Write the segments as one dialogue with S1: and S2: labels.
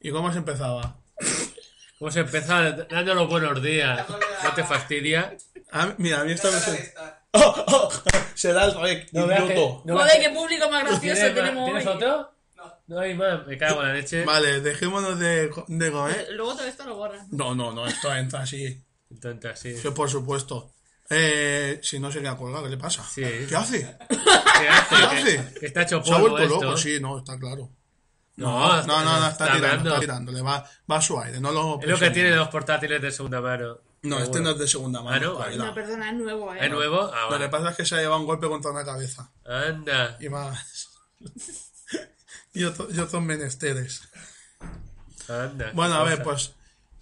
S1: ¿Y cómo Ah, se empezaba?
S2: ¿Cómo se Pues empieza dando los buenos días? ¿No te fastidia?
S1: Ah, mira, a mí esta vez... ¡Oh, oh! Se da el rec,
S2: No veas que-
S1: minuto.
S2: no veas
S3: Joder,
S2: que-
S3: qué público más
S1: Pues
S3: gracioso
S2: ¿Tienes,
S3: tenemos
S2: ¿tienes
S3: hoy.
S2: otro? No hay más, me cago en la leche.
S1: Vale, dejémonos de, de comer.
S3: Luego todo esto lo borran.
S1: No, no, no, esto entra así.
S2: Entonces, así.
S1: Sí, por supuesto. Eh, si no sería colgado, ¿qué le pasa?
S2: Sí.
S1: ¿Qué hace?
S2: ¿Qué hace?
S1: ¿Qué hace?
S2: Que Está hecho
S1: Ah, Se ha
S2: polvo
S1: vuelto
S2: esto. ¿eh?
S1: loco, sí, no, está claro.
S2: No,
S1: no, no, no, está, tirando,
S2: hablando.
S1: está tirando, le va, va a su aire, no lo
S2: Es lo que
S1: presiones.
S2: tiene los portátiles de segunda mano.
S1: No, este no es de segunda mano.
S2: Ah, no,
S1: Gabriela.
S3: No, perdona, es nuevo, ¿eh?
S2: ¿Es nuevo? Ah,
S1: Lo que
S2: vale.
S1: pasa es que se ha llevado un golpe contra una cabeza.
S2: Anda.
S1: Y más. y otro- y otros menesteres.
S2: Anda.
S1: Bueno, a ver,
S2: Cosa.
S1: pues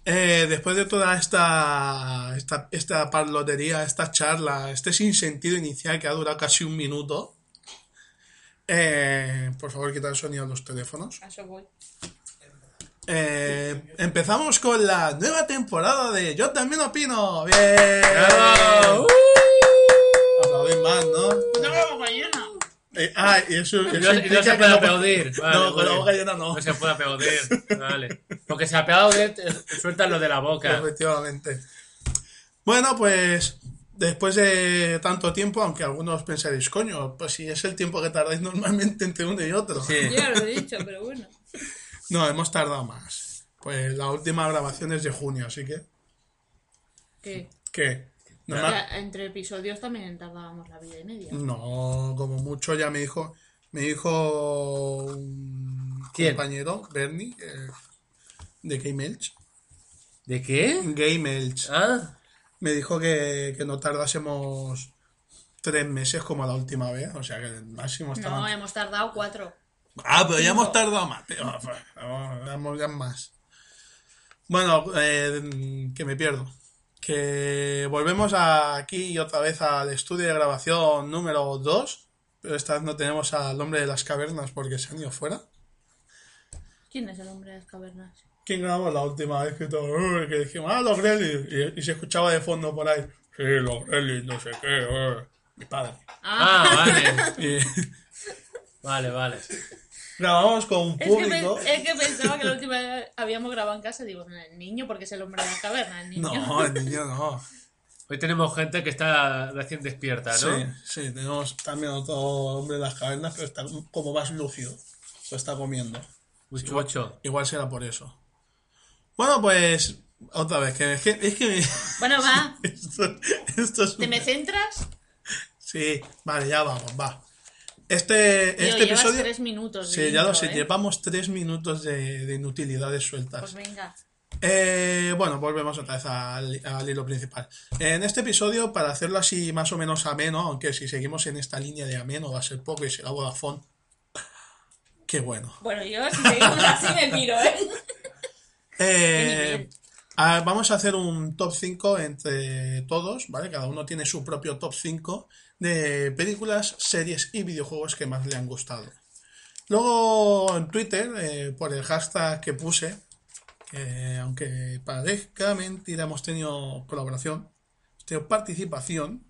S1: eh, después de toda esta, esta, esta parlotería, esta charla, este sinsentido inicial que ha durado casi un minuto, eh, por favor, quita el sonido de los teléfonos.
S3: A eso voy.
S1: Eh, empezamos con la nueva temporada de Yo también opino. ¡Bien!
S2: ¡Bravo! ¡Uh!
S1: Aplauden más, ¿no?
S3: No, con la llena.
S1: Eh, ah, y eso,
S2: Y
S1: eso
S2: No, y no
S1: implica
S2: se
S1: que
S2: puede
S1: no-
S2: aplaudir. Vale,
S1: no,
S2: muy
S1: con la
S2: bien. Pues
S1: boca llena no.
S2: No se puede aplaudir. Vale. Porque si aplaude, te- sueltan lo de la boca.
S1: Efectivamente. Bueno, pues después de tanto tiempo, aunque algunos pensaréis, coño, pues si es el tiempo que tardáis normalmente entre uno y otro.
S2: Sí.
S3: Yo ya lo he dicho, pero bueno.
S1: No, hemos tardado más. Pues la última grabación es de junio, así que...
S3: ¿Qué?
S1: ¿Qué? No, me-
S3: Ya, entre episodios también tardábamos la vida y media.
S1: no, como mucho ya me dijo... Me dijo un
S2: ¿Quién?
S1: compañero, Bernie, eh, de Game Elch.
S2: ¿De qué?
S1: Game Elch.
S2: Ah,
S1: Me dijo que, que no tardásemos tres meses como la última vez, o sea que el máximo estaba...
S3: No, hemos tardado cuatro.
S1: Ah, pero ya hemos tardado más, tío. Vamos, vamos ya más. Bueno, eh, que me pierdo. Que volvemos a- aquí y otra vez al estudio de grabación número 2, pero esta vez no tenemos al hombre de las cavernas porque se han ido fuera.
S3: ¿Quién es el hombre de las cavernas?
S1: ¿Quién grabó la última vez que, todo, eh, que dijimos, ah, los Gremlins? Y, y se escuchaba de fondo por ahí, sí, los Gremlins, no sé qué, eh". mi padre.
S2: ah vale.
S1: Y
S2: Vale, vale.
S1: grabamos con un
S3: Es que, pe-
S1: público.
S3: es que pensaba que la última vez habíamos grabado en casa. Digo, no, el niño, porque es el hombre de las cavernas, el niño.
S1: No, el niño no.
S2: Hoy tenemos gente que está recién despierta, ¿no?
S1: Sí, sí, tenemos también otro hombre de las cavernas, pero está como más lúcido. Lo está comiendo.
S2: Un chocho.
S1: Igual será por eso. Bueno, pues otra vez, que es que, es que me-
S3: Bueno, va.
S1: esto, esto es...
S3: ¿Te me centras?
S1: Sí, vale, ya vamos, va. Este,
S3: Tío,
S1: este
S3: llevas
S1: episodio...
S3: tres minutos. de
S1: Sí, ya lo
S3: intro,
S1: sé,
S3: ¿eh?
S1: llevamos tres minutos de, de inutilidades
S3: Pues
S1: sueltas.
S3: venga.
S1: Eh, bueno, volvemos otra vez al, al hilo principal. En este episodio, para hacerlo así más o menos ameno, aunque si seguimos en esta línea de ameno va a ser poco y será Vodafone. Qué bueno.
S3: Bueno, yo si seguimos así me piro, ¿eh?
S1: Eh,
S3: nivel.
S1: ah, vamos a hacer un top 5 entre todos, ¿vale? Cada uno tiene su propio top 5 de películas, series y videojuegos que más le han gustado. Luego en Twitter, eh, por el hashtag que puse, que aunque parezca mentira, hemos tenido colaboración, hemos tenido participación,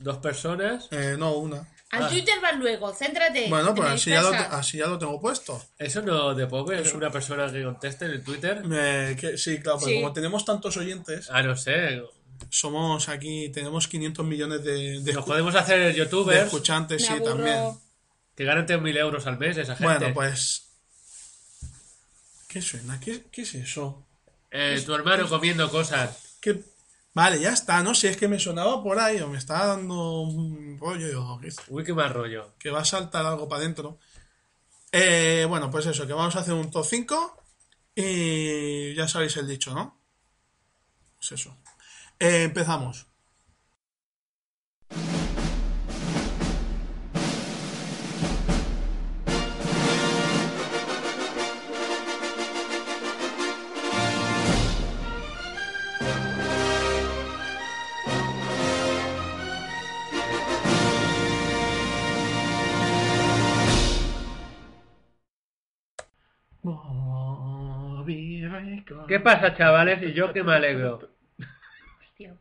S2: Dos personas.
S1: eh, no una.
S4: Ah.
S3: Al Twitter vas luego, céntrate.
S1: Bueno,
S3: te
S1: pues
S3: me
S1: así ya, lo,
S3: dispersas.
S1: así ya lo tengo puesto.
S2: Eso no de poco, es una persona que conteste en el Twitter.
S1: Eh, que- sí, claro, porque
S3: Sí.
S1: como tenemos tantos oyentes,
S2: Ah, no sé.
S1: somos aquí, tenemos 500 millones de, de,
S2: Nos podemos hacer
S1: de
S2: youtubers
S1: escuchantes,
S3: Me
S1: sí,
S3: aburro.
S1: también.
S2: que ganan 3.000 euros al mes esa gente.
S1: Bueno, pues. ¿Qué suena? ¿Qué, qué es eso?
S2: Eh, tu hermano comiendo cosas.
S1: ¿Qué- Vale, ya está, no sé, es que me sonaba por ahí o me estaba dando un rollo yo, que-
S2: Uy, qué mal rollo.
S1: que va a saltar algo para adentro. Eh, bueno, pues eso, que vamos a hacer un top 5 y ya sabéis el dicho, ¿no? Pues eso. Eh, empezamos.
S2: ¿Qué pasa, chavales? Y yo que me alegro.
S3: Hostia.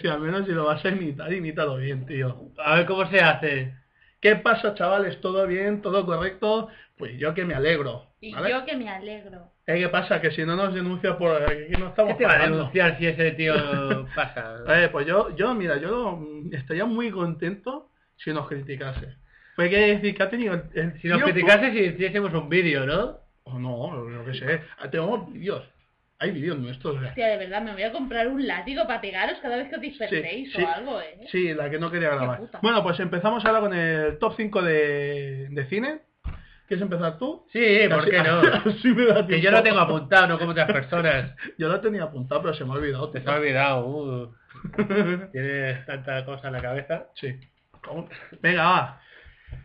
S4: Si al menos si lo vas a imitar, imítalo bien, tío.
S2: A ver cómo se hace.
S4: ¿Qué pasa, chavales? ¿Todo bien? ¿Todo correcto? Pues yo que me alegro.
S3: Y
S4: ¿vale?
S3: yo que me alegro.
S4: Eh, ¿Qué pasa? Que si no nos denuncia por aquí no
S2: ¿Qué
S4: estamos
S2: te va a
S4: pagando.
S2: denunciar si ese tío pasa?
S4: Eh, pues yo, yo, mira, yo lo- mm, estaría muy contento si nos criticase. Pues hay que decir que ha tenido el, el
S2: Si nos
S4: tío-
S2: criticase si hiciésemos un vídeo, ¿no?
S4: O no, yo qué sé. Ah, Tenemos vídeos. Hay vídeos nuestros. o sea,
S3: Hostia, de verdad, me voy a comprar un látigo para pegaros cada vez que os disperséis
S4: Sí, sí.
S3: o algo, ¿eh?
S4: Sí, la que no quería grabar.
S3: puta.
S4: Bueno, pues empezamos ahora con el top 5 de, de cine. ¿Quieres empezar tú?
S2: Sí, ¿por
S4: Así-
S2: qué no?
S4: así me da
S2: Que
S4: tiempo.
S2: yo lo tengo apuntado, no como otras personas.
S4: Yo lo tenía apuntado, pero se me ha olvidado.
S2: Te
S4: tío.
S2: se ha olvidado. uh. Tienes tanta cosa en la cabeza.
S4: Sí. ¿Cómo? Venga, va.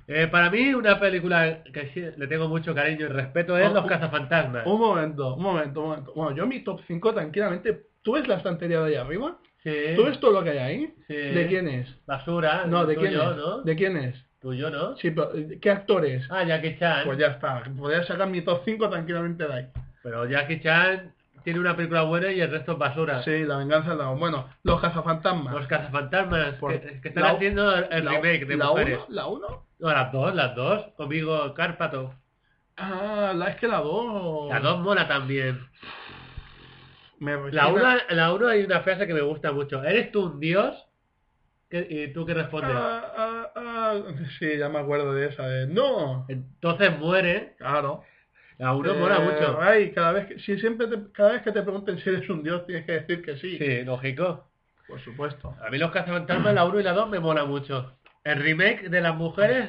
S2: Eh, para mí, una película que sí le tengo mucho cariño y respeto es
S4: Oh,
S2: Los
S4: un-
S2: cazafantasmas.
S4: Un momento, un momento, un momento. Bueno, yo mi top 5 tranquilamente. ¿Tú ves la estantería de ahí arriba?
S2: Sí.
S4: ¿Tú ves todo lo que hay ahí?
S2: Sí.
S4: ¿De quién es?
S2: Basura.
S4: No, ¿de quién
S2: tuyo,
S4: es?
S2: ¿no?
S4: ¿De quién es?
S2: Tuyo, ¿no?
S4: Sí, pero, eh, ¿Qué actores?
S2: Ah, Jackie Chan.
S4: Pues ya está. Podría sacar mi top 5 tranquilamente de ahí.
S2: Pero Jackie Chan tiene una película buena y el resto es basura.
S4: Sí, la venganza del dragón. Bueno, los cazafantasmas.
S2: Los cazafantasmas,
S4: Por-
S2: que, que están
S4: la-
S2: haciendo el, el
S4: la,
S2: remake de
S4: la
S2: mujeres.
S4: uno, ¿La 1?
S2: No, las dos, las dos. Conmigo, Cárpato.
S4: Ah, la, es que la 2.
S2: La dos mola también.
S4: Me
S2: La
S4: resuena-
S2: una, la uno hay una frase que me gusta mucho. ¿Eres tú un dios? ¿Qué- ¿Y tú qué respondes?
S4: Ah, ah, ah, sí, ya me acuerdo de esa. De... No.
S2: Entonces muere.
S4: Claro.
S2: La uno
S4: Ah. Eh,
S2: mola mucho.
S4: Ay, cada vez que, si siempre te- cada vez que te pregunten si eres un dios, tienes que decir que sí.
S2: Sí, lógico.
S4: Por supuesto.
S2: A mí los cazafantasmas, la 1 y la 2 me mola mucho. El remake de las mujeres,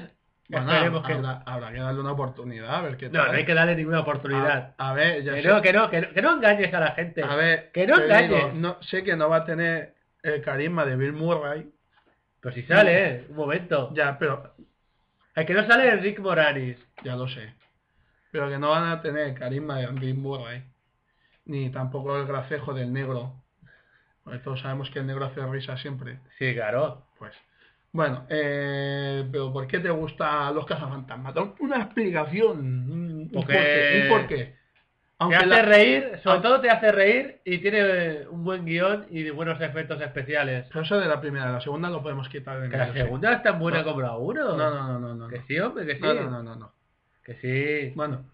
S4: Bueno,
S2: esperemos que...
S4: habrá, habrá que darle una oportunidad a ver qué
S2: No,
S4: tal.
S2: no hay que darle ninguna oportunidad.
S4: A, a ver, ya
S2: que,
S4: sé.
S2: no, que no, que no, que no engañes a la gente.
S4: Ah, A ver,
S2: que no
S4: te
S2: engañes.
S4: digo, no, sé que no va a tener el carisma de Bill Murray.
S2: Pero si sale, eh, un momento.
S4: Ya, pero
S2: El que no sale es Rick Moranis.
S4: ya lo sé. Pero que no van a tener el carisma de Bill Murray. Ni tampoco el gracejo del negro. Porque todos sabemos que el negro hace risa siempre.
S2: Sí, claro.
S4: Pues. Bueno, eh, pero ¿por qué te gusta los cazafantasmas? Da Una explicación. un- Un
S2: Porque-
S4: porqué. Un porqué. Aunque
S2: te hace
S4: la- Ah.
S2: reír, sobre
S4: aunque-
S2: todo te hace reír y tiene eh, un buen guión y buenos efectos especiales.
S4: Pero eso de la primera, la segunda lo podemos quitar de
S2: Que
S4: medio,
S2: la
S4: sí.
S2: segunda es tan buena
S4: No.
S2: como la 1.
S4: No, no, no, no, no.
S2: Que
S4: no.
S2: sí, hombre, que sí.
S4: Ah. No, no, no, no, no.
S2: Que sí.
S4: Bueno.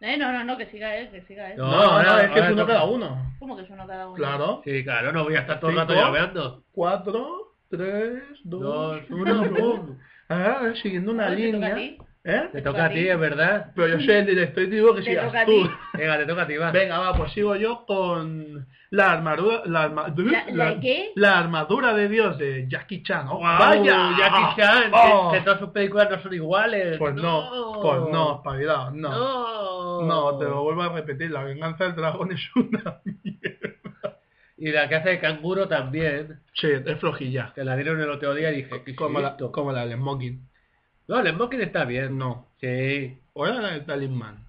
S3: Eh, no, no, no, que siga él, que siga él.
S2: No.
S4: No, no, es que
S2: ahora
S4: es uno
S2: toca.
S4: cada uno.
S3: ¿Cómo que es uno cada uno?
S4: Claro.
S2: Sí, claro, no voy a estar todo el rato
S4: Cinco.
S2: llameando.
S4: Cuatro, tres, dos,
S2: Dos, uno, pum.
S4: Ah, siguiendo una
S3: Ay, te toca
S4: línea.
S3: a ti.
S4: ¿Eh?
S2: Te toca a ti, es verdad.
S4: Pero yo soy el director y te digo que
S3: Te
S4: sigas
S3: toca a
S4: tú.
S3: ti.
S2: Venga, te toca a ti, va.
S4: Venga, va, pues sigo yo con la armadura, la, arma-
S3: ¿La- la qué?
S4: la armadura de Dios de Jackie Chan. ¡Oh,
S2: ¡Guau!
S4: ¡Vaya!
S2: Jackie Chan,
S4: ¡Oh!
S2: que, que todas sus películas no son iguales.
S4: Pues no, pues no, espabilado, no.
S2: No.
S4: No, te lo vuelvo a repetir, la venganza del dragón es una mierda.
S2: Y la que hace de canguro también,
S4: Sí, es flojilla.
S2: que la dieron el otro día y dije, ¿qué es
S4: Como la,
S2: esto?
S4: como la del Smoking.
S2: No, el Smoking está bien.
S4: No.
S2: Sí.
S4: O era la del Talismán.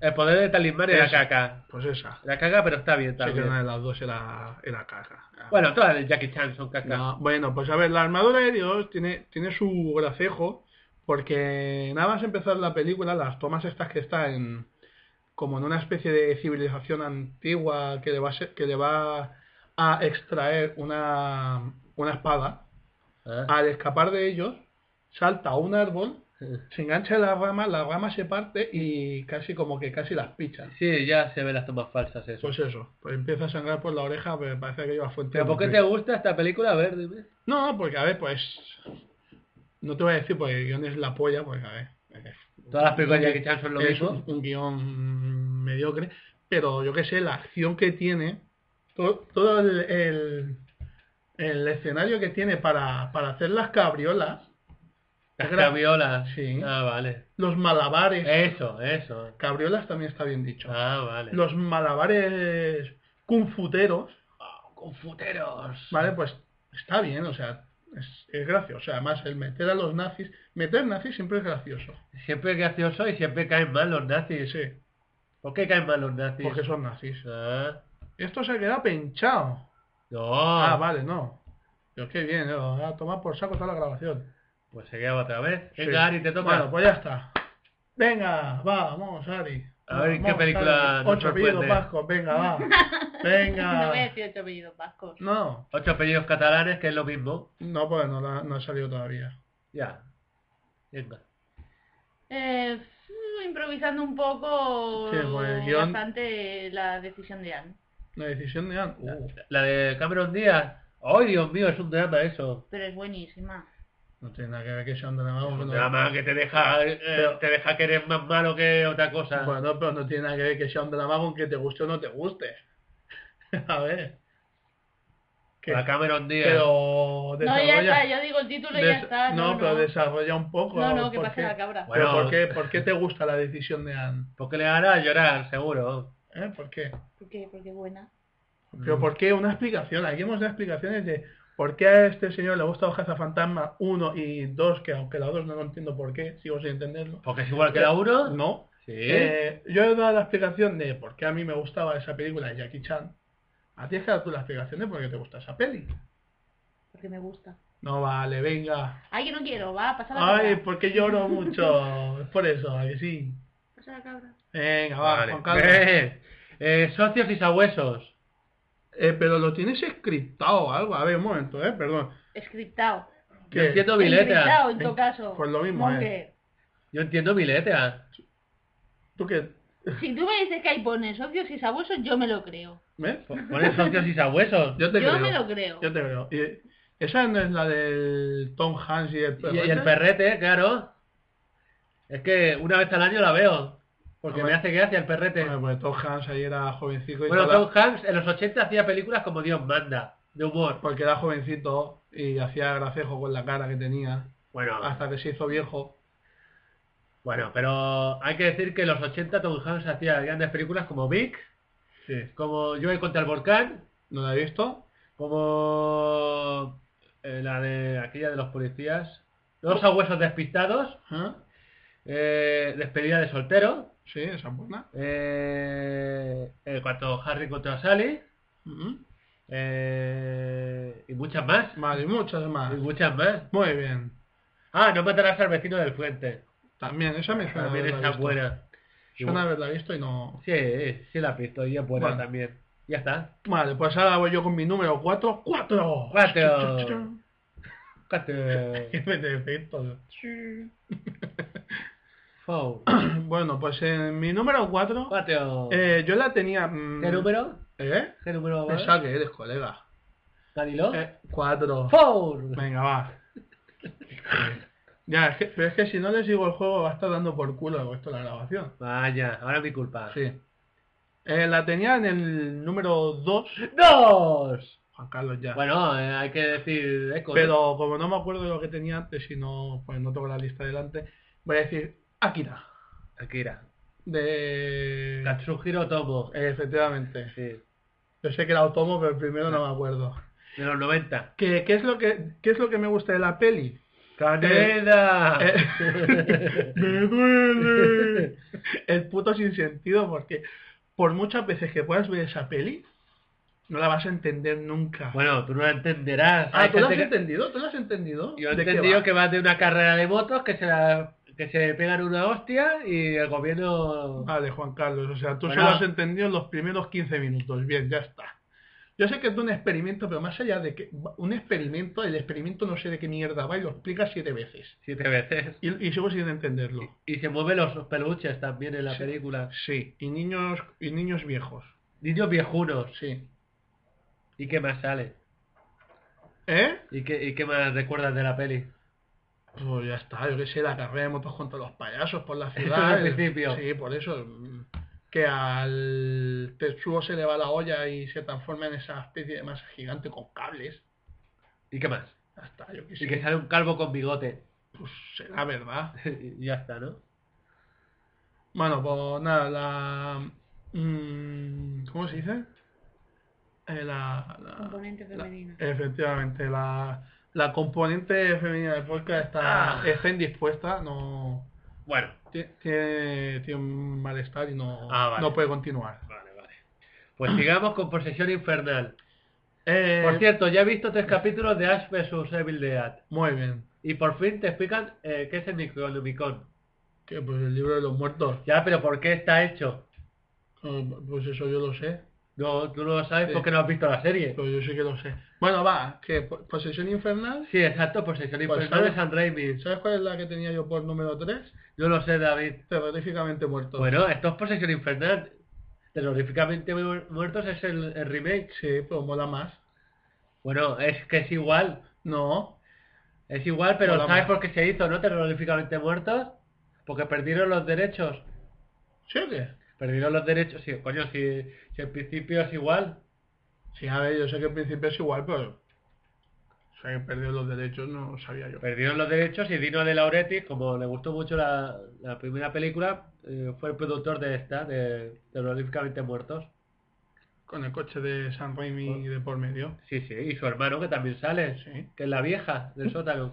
S2: El poder del talismán era
S4: Eso.
S2: caca.
S4: Pues esa.
S2: La caca, pero está bien
S4: Sí que
S2: también.
S4: una de las dos era, era caca.
S2: Bueno, todas las de Jackie Chan son caca.
S4: No, bueno, pues a ver, la armadura de Dios tiene, tiene su gracejo, porque nada más empezar la película, las tomas estas que está en como en una especie de civilización antigua que le va a, ser- que le va a extraer una, una espada,
S2: Ah.
S4: al escapar de ellos, salta a un árbol, se engancha a la rama, la rama se parte y casi como que casi las pichas.
S2: Sí, ya se ven las tomas falsas eso.
S4: Pues eso, pues empieza a sangrar por la oreja, pero parece que lleva fuente.
S2: ¿Pero
S4: de
S2: por qué
S4: Motril.
S2: te gusta esta película? A ver, dime.
S4: No, porque a ver, pues. No te voy a decir porque el guión es la polla, porque a ver. eh,
S2: Todas las películas de Jackie Chan son lo
S4: es
S2: mismo.
S4: un, un guión mediocre, pero yo que sé, la acción que tiene, todo, todo el, el, el escenario que tiene para, para hacer las cabriolas,
S2: Las
S4: gra-
S2: graviolas.
S4: Sí.
S2: Ah, vale.
S4: los malabares,
S2: Eso, eso.
S4: cabriolas también está bien dicho,
S2: Ah, vale.
S4: los malabares confuteros,
S2: Oh, confuteros.
S4: ¿vale? Pues está bien, o sea, es, es gracioso. Además, el meter a los nazis, meter nazis siempre es gracioso.
S2: Siempre es gracioso y siempre caen mal los nazis.
S4: Sí,
S2: ¿Por qué caen mal los nazis?
S4: porque son nazis.
S2: Ah,
S4: Esto se queda penchado.
S2: no.
S4: Ah, vale, no. Pero qué bien, ¿no? Ahora toma por saco toda la grabación.
S2: Pues se queda otra vez.
S4: Sí.
S2: Venga, Ari, te toca.
S4: Bueno, pues ya está. Venga, vamos, Ari.
S2: A ver, ¿qué
S4: Vamos,
S2: película
S4: Ari.
S2: nos
S4: Ocho apellidos
S2: sorprende?
S4: vascos, venga, va. pues-
S3: No voy a
S4: Venga.
S3: decir ocho apellidos vascos.
S4: No,
S2: Ocho apellidos catalanes, que es lo mismo.
S4: no, pues no, la- no ha salido todavía.
S2: Ya. Venga.
S3: Eh, improvisando un poco
S4: Sí, pues el guión-
S3: bastante la decisión de Anne.
S4: La decisión de Anne. Uh,
S2: La de Cameron Díaz. ¡Ay, Dios mío! Es un drama eso.
S3: Pero es buenísima.
S4: no tiene nada que ver que sea un drama.
S2: Un
S4: bueno,
S2: drama que te deja, eh,
S4: Pero-
S2: te deja que eres más malo que otra cosa.
S4: Bueno, pero no tiene nada que ver que sea un drama con que te guste o no te guste. A ver. Que-
S2: la Cameron Díaz.
S4: pero
S3: No, ya está,
S4: desarrolla.
S3: yo digo el título y
S4: des-
S3: ya está.
S4: no,
S3: No,
S4: pero
S3: no,
S4: desarrolla un poco.
S3: no, no, que
S4: ¿por
S3: pase
S4: qué?
S3: la cabra.
S2: Bueno.
S4: Pero ¿por, qué, ¿Por qué te gusta la decisión de Anne?
S2: Porque le hará llorar, seguro.
S4: ¿Eh? ¿Por qué?
S3: ¿Por qué? Porque es buena.
S4: Pero ¿por qué? Una explicación. Aquí hemos dado explicaciones de por qué a este señor le gusta Hojaza Fantasma 1 y 2, que aunque la 2 no lo entiendo por qué, sigo sin entenderlo.
S2: Mm. Porque es igual que la 1.
S4: No.
S2: Sí.
S4: Eh, yo he dado la explicación de por qué a mí me gustaba esa película de Jackie Chan. A ti es que dar tú la explicación de por qué te gusta esa peli.
S3: Porque me gusta.
S4: No vale, venga.
S3: Ay, que no quiero, va, pasa la
S4: Ay,
S3: cabra.
S4: porque lloro mucho. Es por eso, ¿a que sí.
S3: Pasa la cabra.
S4: Venga, va,
S2: Vale.
S4: Juan Carlos.
S2: Eh, eh, socios y sabuesos.
S4: Eh, pero lo tienes scriptado o algo. A ver, un momento, eh, perdón.
S3: Scriptao.
S2: Yo entiendo mi letra.
S3: Scriptao en todo caso.
S4: Pues lo mismo,
S3: Monger.
S2: Yo entiendo mi letra.
S4: ¿Tú qué?
S3: Si tú me dices que ahí pone socios y sabuesos, yo me lo creo.
S4: ¿Eh?
S2: Pones socios y sabuesos.
S4: Yo te
S3: Yo
S4: creo.
S3: me lo creo.
S4: Yo te creo. Y esa no es la del Tom Hanks y el
S2: Y, y
S4: perro.
S2: el perrete, claro. Es que una vez al año la veo. Porque
S4: Hombre.
S2: me hace gracia el perrete.
S4: Bueno, pues Tom Hanks ahí era jovencito. Y
S2: Bueno,
S4: tal,
S2: Tom Hanks en los 80 hacía películas como Dios manda, de humor.
S4: Porque era jovencito y hacía gracejo con la cara que tenía.
S2: Bueno,
S4: Hasta que se hizo viejo.
S2: bueno, pero hay que decir que en los 80 Tom Hanks hacía grandes películas como Big,
S4: Sí.
S2: como Yo voy contra el volcán,
S4: ¿No la he visto?
S2: como eh, la de aquella de los policías, Los abuesos despistados,
S4: ¿Ah?
S2: eh, Despedida de soltero,
S4: Sí, esa es buena.
S2: eh, eh, cuando Harry contra Sally, Mm-hmm.
S4: Ujú.
S2: eh, y muchas más.
S4: Vale, y muchas
S2: Y
S4: más.
S2: muchas más.
S4: Muy bien.
S2: Ah, no matarás al vecino del puente.
S4: También, esa me suena
S2: También
S4: haberla
S2: está
S4: visto.
S2: buena.
S4: Suena haberla visto y no...
S2: Sí, sí la he visto y es buena
S4: Bueno.
S2: también. Ya está.
S4: Vale, pues ahora voy yo con mi número 4. ¡Cuatro!
S2: Cuatro.
S4: ¡Qué
S2: Cate-
S4: defecto!
S2: Fou.
S4: Bueno, pues en mi número 4...
S2: Pateo.
S4: Eh, yo la tenía. mm,
S2: ¿Qué número?
S4: ¿Eh?
S2: ¿Qué número va?
S4: Pensaba que eres colega.
S2: Danilo.
S4: Eh, cuatro.
S2: Four.
S4: Venga, va. ya, es que, pero es que si no le sigo el juego va a estar dando por culo de esto la grabación.
S2: Vaya, ahora es mi culpa.
S4: Sí. Eh, la tenía en el número 2.
S2: ¡Dos!
S4: Juan Carlos ya.
S2: Bueno, eh, hay que decir eco.
S4: pero como no me acuerdo de lo que tenía antes y no, pues no tengo la lista delante, voy a decir Akira.
S2: Akira.
S4: De...
S2: Katsuhiro Tomo.
S4: Eh, efectivamente.
S2: Sí.
S4: Yo sé que era Otomo, pero el primero no me acuerdo.
S2: De los 90.
S4: ¿Qué, qué es lo que, ¿Qué es lo que me gusta de la peli?
S2: ¡Caneda!
S4: Eh, ¡Me duele! El puto sin sentido, porque por muchas veces que puedas ver esa peli, no la vas a entender nunca.
S2: bueno, tú no la entenderás.
S4: ah,
S2: Hay
S4: ¿tú la has
S2: gente que-
S4: entendido? ¿Tú la has entendido?
S2: Yo he
S4: ¿De qué
S2: entendido
S4: va?
S2: que va de una carrera de motos que se, la- que se pegan una hostia y el gobierno...
S4: Vale, Ah, Juan Carlos, o sea, tú
S2: Bueno.
S4: solo has entendido en los primeros 15 minutos. Bien, ya está. Yo sé que es un experimento, pero más allá de que un experimento, el experimento no sé de qué mierda va y lo explica siete veces.
S2: siete veces.
S4: Y, y sigo sin entenderlo.
S2: Y se mueven los peluches también en la
S4: Sí.
S2: película.
S4: Sí, y niños, y niños viejos.
S2: Niños viejunos.
S4: Sí.
S2: ¿Y qué más sale?
S4: ¿Eh?
S2: ¿Y qué, y qué más recuerdas de la peli?
S4: Pues ya está, yo qué sé, la carrera de motos contra los payasos por la
S2: Eso es
S4: ciudad.
S2: el principio.
S4: Sí, por eso. mm, Que al Tetsuo se le va la olla y se transforma en esa especie de masa gigante con cables.
S2: ¿Y qué más?
S4: Ya está, yo qué
S2: Y que
S4: sé.
S2: sale un calvo con bigote.
S4: Pues será verdad.
S2: y ya está, ¿no?
S4: Bueno, pues nada, la... mm, ¿Cómo se dice? Eh, la, la-
S3: Componente
S4: la-
S3: femenina.
S4: efectivamente, la, la componente femenina del podcast está,
S2: Ah.
S4: está indispuesta, no...
S2: Bueno,
S4: Tie- Tiene, tiene un malestar y no,
S2: Ah, vale.
S4: no puede continuar.
S2: vale, vale. Pues sigamos con Posesión Infernal.
S4: Eh,
S2: Por cierto, ya he visto tres capítulos de Ash vs Evil Dead.
S4: muy bien.
S2: Y por fin te explican eh, qué es el Necronomicon.
S4: ¿Qué? Pues el libro de los muertos.
S2: Ya, pero ¿por qué está hecho?
S4: Eh, Pues eso yo lo sé.
S2: No, tú no lo sabes
S4: Sí.
S2: porque no has visto la serie.
S4: Pues yo sí que lo sé. Bueno, va, que po- posesión infernal.
S2: Sí, exacto, Posesión
S4: Pues
S2: Infernal de
S4: sabes-
S2: San Raimi.
S4: ¿Sabes cuál es la que tenía yo por número 3?
S2: Yo lo sé, David.
S4: Terroríficamente muerto.
S2: Bueno, esto es Posesión Infernal. Terroríficamente Mu- Muertos es el, el remake.
S4: Sí, pero mola más.
S2: Bueno, es que es igual.
S4: No.
S2: Es igual, pero
S4: Mola
S2: ¿sabes
S4: más.
S2: por qué se hizo, no? Terroríficamente Muertos. Porque perdieron los derechos.
S4: ¿Sí o qué?
S2: Perdieron los derechos. Sí, coño, si, si en principio es igual.
S4: Sí, a ver, yo sé que al principio es igual, pero... O sea, que perdió los derechos, no lo sabía yo.
S2: Perdieron los derechos y Dino de Laurentiis, como le gustó mucho la, la primera película, eh, fue el productor de esta, de Terroríficamente Muertos.
S4: Con el coche de San Raimi
S2: Pues-
S4: de por medio.
S2: Sí, sí, y su hermano que también sale,
S4: Sí.
S2: que es la vieja del sótano.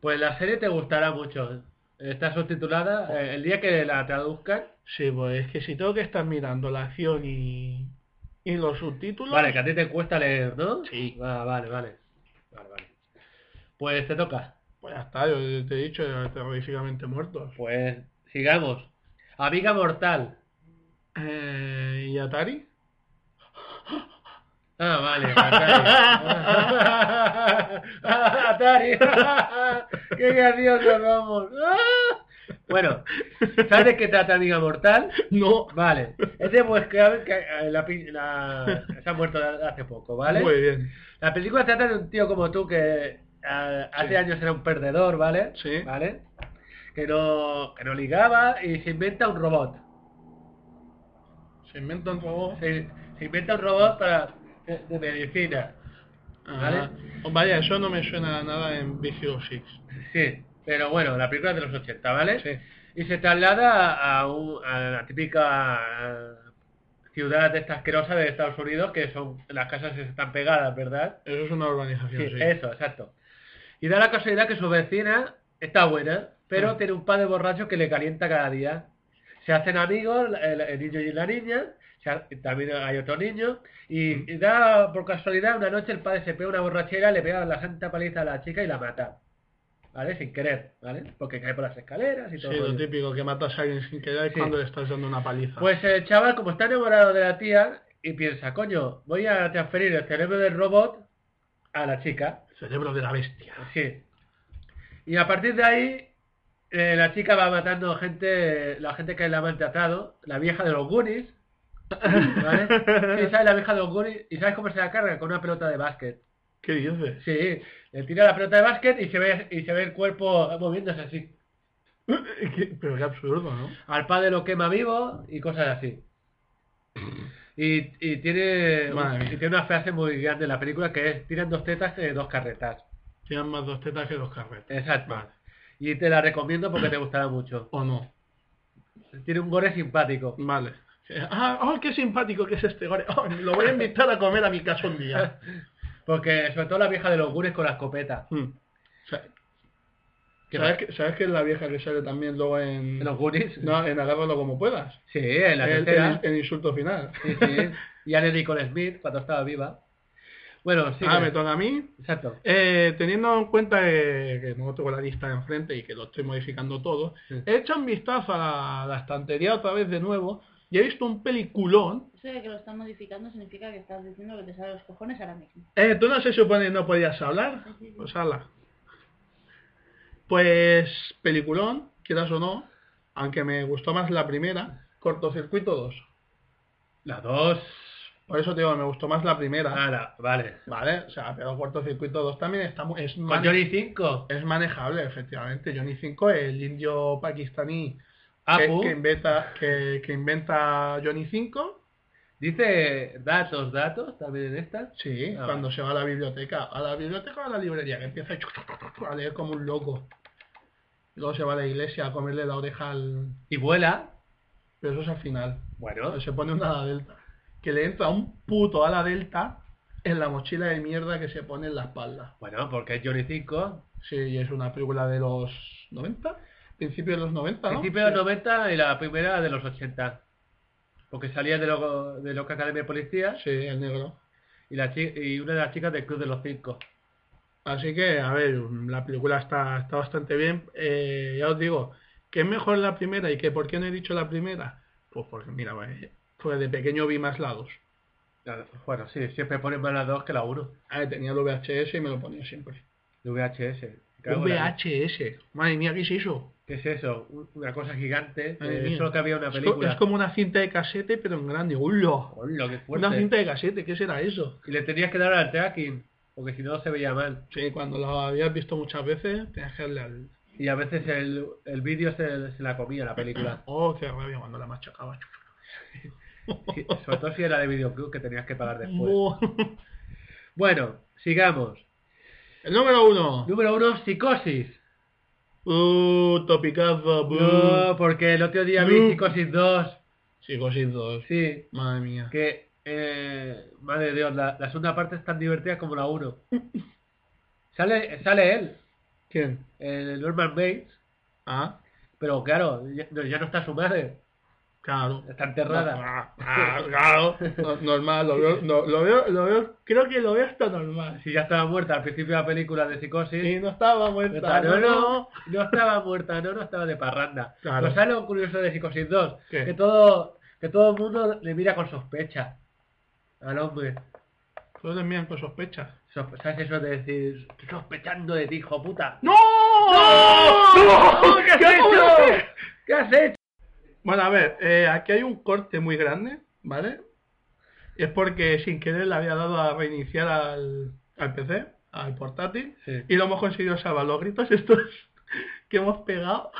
S2: Pues la serie te gustará mucho. Está subtitulada.
S4: Oh.
S2: eh, el día que la traduzcan.
S4: Sí, pues es que si tengo que estar mirando la acción y, y los subtítulos...
S2: Vale, que a ti te cuesta leer, ¿no?
S4: Sí.
S2: Ah, vale, vale. Vale, vale. Pues te toca.
S4: Pues ya está, yo te he dicho, era terroríficamente muertos.
S2: Pues sigamos. Amiga Mortal.
S4: Eh, ¿Y Atari?
S2: Ah, vale. Atari. Atari. Qué gracioso, vamos. bueno, ¿sabes de qué trata Amiga Mortal?
S4: No.
S2: Vale. Es de Wes Craven que eh, la, pi- la- se ha muerto hace poco, ¿vale?
S4: Muy bien.
S2: La película trata de un tío como tú que a- hace
S4: Sí.
S2: años era un perdedor, ¿vale?
S4: Sí.
S2: ¿Vale? Que no, que no ligaba y se inventa un robot.
S4: Se inventa un robot.
S2: Se, se inventa un robot para de, de medicina.
S4: Ah, pues vaya, eso no me suena a nada en Big Hero 6.
S2: Sí. Pero bueno, la película es de los 80, ¿vale?
S4: Sí.
S2: Y se traslada a, a un- a la típica eh, ciudad de esta asquerosa de Estados Unidos que son las casas están pegadas, ¿verdad?
S4: Eso es una urbanización,
S2: Sí, eh,
S4: sí.
S2: eso, exacto. Y da la casualidad que su vecina está buena, pero
S4: Mm.
S2: tiene un par de borrachos que le calienta cada día. Se hacen amigos, el, el niño y la niña, se ha- también hay otro niño, y,
S4: Mm.
S2: y da por casualidad una noche el padre se pega una borrachera, le pega la santa paliza a la chica y la mata. ¿Vale? Sin querer, ¿vale? Porque cae por las escaleras y
S4: Sí,
S2: todo.
S4: lo
S2: rollo.
S4: típico, que matas a alguien sin querer
S2: Sí.
S4: cuando le estás dando una paliza.
S2: Pues el chaval, como está enamorado de la tía, y piensa, coño, voy a transferir el cerebro del robot a la chica.
S4: Cerebro de la bestia.
S2: Sí. Y a partir de ahí, eh, la chica va matando gente, la gente que la ha maltratado, la vieja de los Goonies, ¿vale? Sí, ¿sabes la vieja de los Goonies? ¿Y sabes cómo se la carga? Con una pelota de básquet.
S4: ¿Qué dices?
S2: Sí, le tira la pelota de básquet y se ve, y se ve el cuerpo moviéndose así.
S4: Qué- Pero qué absurdo, ¿no?
S2: Al padre lo quema vivo y cosas así. Y, y tiene,
S4: Madre mía.
S2: Eh, y tiene una frase muy grande en la película que es, tiran dos tetas de dos carretas.
S4: Tienen más dos tetas que dos carretes.
S2: Exacto.
S4: Vale.
S2: Y te la recomiendo porque te gustará mucho.
S4: ¿O no?
S2: Tiene un gore simpático.
S4: Vale. Ah, oh, qué simpático que es este gore. Oh, lo voy a invitar a comer a mi casa un día.
S2: Porque sobre todo la vieja de los gures con la escopeta.
S4: Mm. Sa-
S2: ¿Qué
S4: ¿Sabes
S2: pasa?
S4: que, ¿Sabes que es la vieja que sale también luego en...
S2: ¿En los gures?
S4: No, en Agárralo como puedas.
S2: Sí, en la
S4: el,
S2: tercera.
S4: el- el insulto final.
S2: Sí, sí. Y Anne Nicole Smith cuando estaba viva. Bueno, sí.
S4: ah, me toca a mí.
S2: Exacto.
S4: Eh, teniendo en cuenta que, que no tengo la lista de enfrente y que lo estoy modificando todo,
S2: Sí.
S4: he hecho un vistazo a la, a la estantería otra vez de nuevo y he visto un peliculón.
S3: Eso de que lo están modificando significa que estás diciendo que te salen los cojones ahora mismo.
S4: Eh, ¿Tú no se supone que no podías hablar?
S3: Sí, sí, sí.
S4: Pues habla. Pues peliculón, quieras o no, aunque me gustó más la primera, cortocircuito 2.
S2: Las dos.
S4: Por eso te digo, me gustó más la primera.
S2: Ah, la- vale.
S4: Vale, o sea, pero cortocircuito 2 también está muy... Es
S2: Con
S4: mane-
S2: Johnny 5.
S4: Es manejable, efectivamente. Johnny 5, el indio pakistaní que,
S2: Apu.
S4: que inventa, que, que inventa Johnny 5.
S2: Dice datos, datos también en esta.
S4: Sí,
S2: Ah,
S4: cuando se va a la biblioteca. A la biblioteca o a la librería, que empieza a leer como un loco. Y luego se va a la iglesia a comerle la oreja al...
S2: Y vuela.
S4: Pero eso es al final.
S2: Bueno.
S4: Se pone una ala delta. Que le entra un puto ala delta en la mochila de mierda que se pone en la espalda.
S2: Bueno, porque es Johnny 5.
S4: Sí, y es una película de los 90. Principio de los 90, ¿no?
S2: Principio de los 90 y la primera de los 80. Porque salía de lo, de lo que Academia de Policía
S4: Sí, el negro.
S2: y, la chi- y una de las chicas del Club de los Cinco.
S4: Así que, a ver, la película está, está bastante bien. Eh, ya os digo, que es mejor la primera y que por qué no he dicho la primera. Pues porque, mira, vaya, pues de pequeño vi más lados.
S2: Claro, Bueno, sí, siempre ponen más las dos que la uno.
S4: A ver, Ah, tenía el VHS y me lo ponía siempre.
S2: De VHS. Me cago en la leche.
S4: VHS, madre mía, ¿qué es eso?
S2: ¿Qué es eso? Un- Una cosa gigante.
S4: Madre
S2: eh,
S4: mía.
S2: solo que había una
S4: Es co-
S2: película.
S4: Es como una cinta de casete, pero en grande. ¡Ulo!
S2: Hola, qué fuerte.
S4: Una cinta de casete, ¿qué será eso?
S2: Y le tenías que dar al tracking, porque si no se veía mal.
S4: Sí, cuando lo habías visto muchas veces, tenías que darle al...
S2: Y a veces el, el vídeo se, se la comía la película.
S4: Oh, qué rabia cuando la machacaba.
S2: Sí, sobre todo si era de videoclub que tenías que pagar después.
S4: Buah.
S2: Bueno, sigamos.
S4: El número uno.
S2: Número uno, psicosis.
S4: Uh, topicazo. bu.
S2: No, porque el otro día
S4: No.
S2: vi psicosis 2.
S4: Psicosis 2.
S2: Sí,
S4: Madre mía.
S2: que... eh, madre de Dios, la, la segunda parte es tan divertida como la 1. Sale, sale él,
S4: ¿Quién?
S2: el Norman Bates,
S4: Ah,
S2: pero claro, ya, no- ya no está su madre,
S4: claro.
S2: está enterrada.
S4: Ah, ah, claro. No- normal, lo veo, no, lo veo, lo veo, creo que lo veo hasta normal.
S2: Si ya estaba muerta al principio de la película de psicosis,
S4: Sí, no estaba
S2: No,
S4: muerta.
S2: estaba- no, no, no estaba muerta, no, no estaba de parranda.
S4: Claro.
S2: Pero ¿sabes lo curioso de Psicosis 2?
S4: ¿Qué?
S2: Que todo, que todo el mundo le mira con sospecha al hombre.
S4: Todos le miran con sospecha.
S2: Sospe- ¿Sabes eso de decir, estoy sospechando de ti, hijo puta?
S4: ¡No! ¡No!
S2: ¿Qué has hecho? ¿Qué has hecho?
S4: Bueno, a ver, eh, aquí hay un corte muy grande, ¿vale? Es porque sin querer le había dado a reiniciar al, al PC, al portátil,
S2: Sí.
S4: y lo hemos conseguido salvar. Los gritos estos que hemos pegado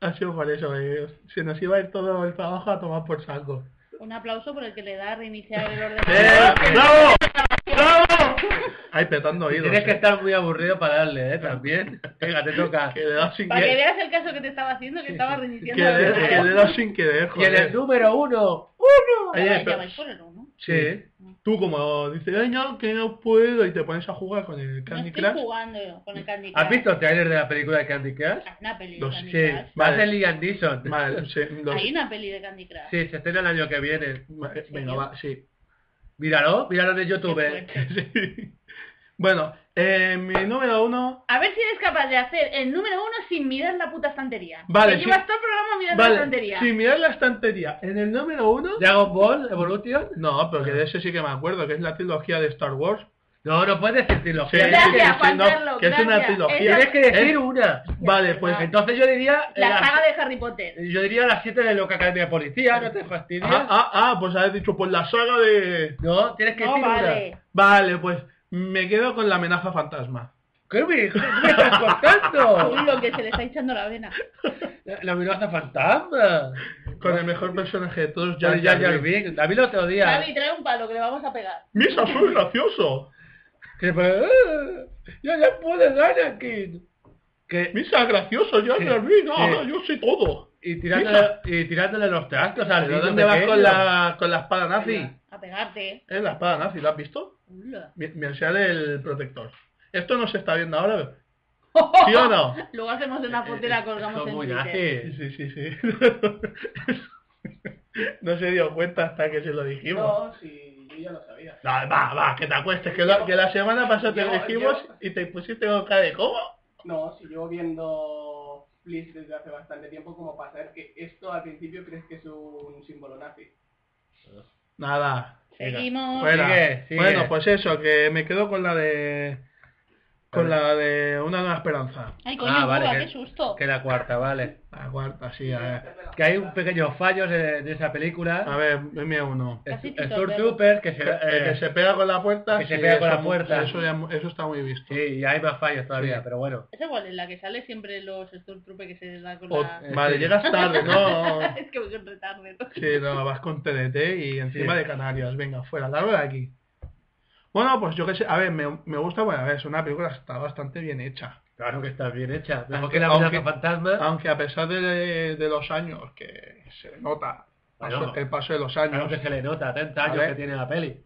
S4: ha sido por eso. eh, Se nos iba a ir todo el trabajo a tomar por saco.
S3: Un aplauso por el que le da a reiniciar el
S4: Eh,
S2: Ah,
S3: ordenador.
S4: ¡Bravo! ¡Bravo! Ay, petando oídos.
S2: Tienes que
S4: eh,
S2: estar muy aburrido para darle, ¿eh? También. Venga, te toca.
S4: que le he dado sin
S3: Para que
S4: querer.
S3: veas el caso que te estaba haciendo, que estaba
S4: Que
S3: reiniciando el
S4: le, que le he
S3: ordenador.
S4: dado sin querer,
S2: Y en
S4: joder.
S2: el número uno.
S4: Oye,
S3: Ya va- ya
S4: pero-
S3: vais por el uno.
S4: Sí. Tú como dices, ay no, que no puedo, y te pones a jugar con el
S3: No
S4: Candy
S3: estoy
S4: Crush.
S3: jugando yo con el Candy Crush.
S2: ¿Has visto el trailer de la película de Candy Crush?
S3: Hay una peli de
S4: Lo
S3: Candy
S4: sé.
S3: Crush.
S2: Va a
S4: Vale.
S2: ser Lee Anderson.
S4: Vale, sí, lo-
S3: Hay una peli de Candy Crush.
S2: Sí, se estrena el año que viene.
S4: vale, venga, va, sí.
S2: Míralo, míralo en
S3: Qué
S2: YouTube.
S3: fuerte.
S4: eh. Sí. Bueno, eh, mi número uno,
S3: A ver si eres capaz de hacer el número uno sin mirar la puta estantería.
S4: Vale,
S3: Que
S4: sí.
S3: llevas todo el programa mirando la
S4: vale,
S3: estantería.
S4: si mirar la estantería, en el número uno,
S2: Dragon Ball Evolution.
S4: no, pero que
S3: Ah.
S4: de ese sí que me acuerdo, que es la trilogía de Star Wars.
S2: No, no puedes decir los
S4: Sí,
S3: Gracias,
S4: sí, sí,
S3: Juan
S4: no,
S3: Carlos,
S4: que es una
S3: gracias.
S4: trilogía.
S2: Tienes que decir
S4: Es-
S2: una.
S4: Vale, pues
S3: verdad.
S2: Entonces yo diría
S3: La
S2: las-
S3: saga de Harry Potter.
S2: yo diría las 7 de Loca Academia de Policía, no te fastidies.
S4: Ah, ah, ah, pues habéis dicho, pues la saga de...
S2: No, tienes que
S3: No,
S2: decir
S3: vale.
S2: una.
S4: Vale, pues me quedo con la amenaza fantasma.
S2: ¿Qué me, qué me estás
S4: Oh.
S2: contando?
S3: Uy, lo que se le está hinchando la vena.
S2: La, la amenaza fantasma.
S4: Con el mejor personaje de todos,
S2: Ya,
S4: Jar
S2: ya,
S4: Jar
S2: ya,
S4: Binks.
S2: bien. David el otro día.
S3: David, trae un palo que le vamos a pegar.
S4: ¡Misa, soy gracioso!
S2: Que, "Ah, ya le puedes dar aquí. Que,
S4: ¡Misa, gracioso, Jar
S2: Sí,
S4: Jar Binks! ah,
S2: sí.
S4: yo sé todo!
S2: y, tirándole, y tirándole los trastos al
S4: ¿Pero
S2: niño
S4: dónde vas
S2: pequeño.
S4: con la, con la espada nazi?
S3: A pegarte.
S4: Es la espada nazi, ¿la has visto?
S3: Ula.
S4: Mi- Me enseñaré el protector. Esto no se está viendo ahora. ¿Sí o no?
S3: Luego hacemos
S4: Eh,
S3: una foto y la colgamos
S2: Son
S3: en
S2: muy
S3: Twitter.
S2: nazis.
S4: Sí, sí, sí. no se dio cuenta hasta que se lo dijimos.
S2: sí, yo ya lo sabía.
S4: No, va, va, que te acuestes, que, la- que la semana pasada te lo dijimos y te pusiste con cara de ¿cómo?
S5: No, si llevo viendo Bliss desde hace bastante tiempo, como para saber que esto al principio crees que es un símbolo nazi.
S4: Nada.
S3: Seguimos.
S4: Fuera.
S2: Sigue, sigue.
S4: Bueno, pues eso, que me quedo con la de... Con la de Una Nueva Esperanza.
S3: Ay, coño,
S2: Ah, vale,
S3: Cuba,
S2: que-
S3: qué susto.
S2: Que la cuarta, vale.
S4: La cuarta, sí, a ver.
S2: Que hay un pequeño fallo de, de esa
S4: A
S2: película.
S4: ver, dime uno.
S2: El,
S3: Casi
S2: el
S3: Tito
S2: Tour
S3: Alberto.
S2: Trooper, que se...
S4: El que
S2: eh,
S4: se pega con la puerta.
S2: que se
S4: sí,
S2: pega con
S4: eso-
S2: la puerta.
S4: Eso, ya- eso está muy visto.
S2: Sí, y hay más fallos todavía,
S4: Sí.
S2: pero bueno.
S3: Es igual, en la que sale siempre los Stormtroopers que se da con
S4: O-
S3: la...
S4: vale,
S2: sí.
S4: llegas tarde, no.
S3: es que voy con retardo.
S4: Sí, no, vas con TNT y encima
S2: Sí.
S4: de Canarias. Venga, fuera, largo de aquí. Bueno, pues yo qué sé. A ver, me, me gusta, bueno, a ver, es una película que está bastante bien hecha.
S2: Claro que está bien hecha. Mejor
S4: Aunque-
S2: que la amenaza
S4: aunque-
S2: fantasma.
S4: Aunque a pesar de, de los años, que se nota
S2: Bueno.
S4: paso- el paso de los
S2: Claro
S4: años,
S2: que se le nota, 30 años
S4: Vale.
S2: que tiene la peli.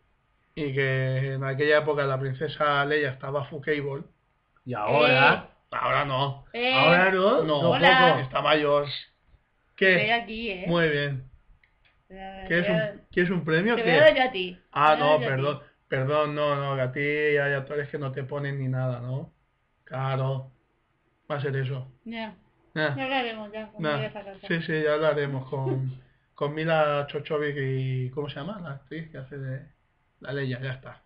S4: y que en aquella época la princesa Leia estaba full cable,
S2: Y ahora...
S4: ahora no.
S3: Eh,
S2: Ahora no.
S4: No,
S3: Hola.
S4: poco, está mayor.
S3: Estoy
S4: ¿Qué?
S3: aquí, eh.
S4: Muy bien.
S3: Te voy a-
S4: ¿Qué es un, qué es un premio?
S3: Te voy a
S4: ¿Qué?
S3: dar yo a ti.
S4: Ah,
S3: Te voy a
S4: no,
S3: dar yo a ti.
S4: perdón. Perdón, no, no, que a ti hay actores que no te ponen ni nada, ¿no? Claro, va a ser eso.
S3: Ya,
S4: Ah,
S3: ya hablaremos ya cuando
S4: nah.
S3: llegue esa casa.
S4: Sí, sí, ya hablaremos con, con Mila Chochovic y... ¿Cómo se llama? La actriz que hace de la leya, ya está.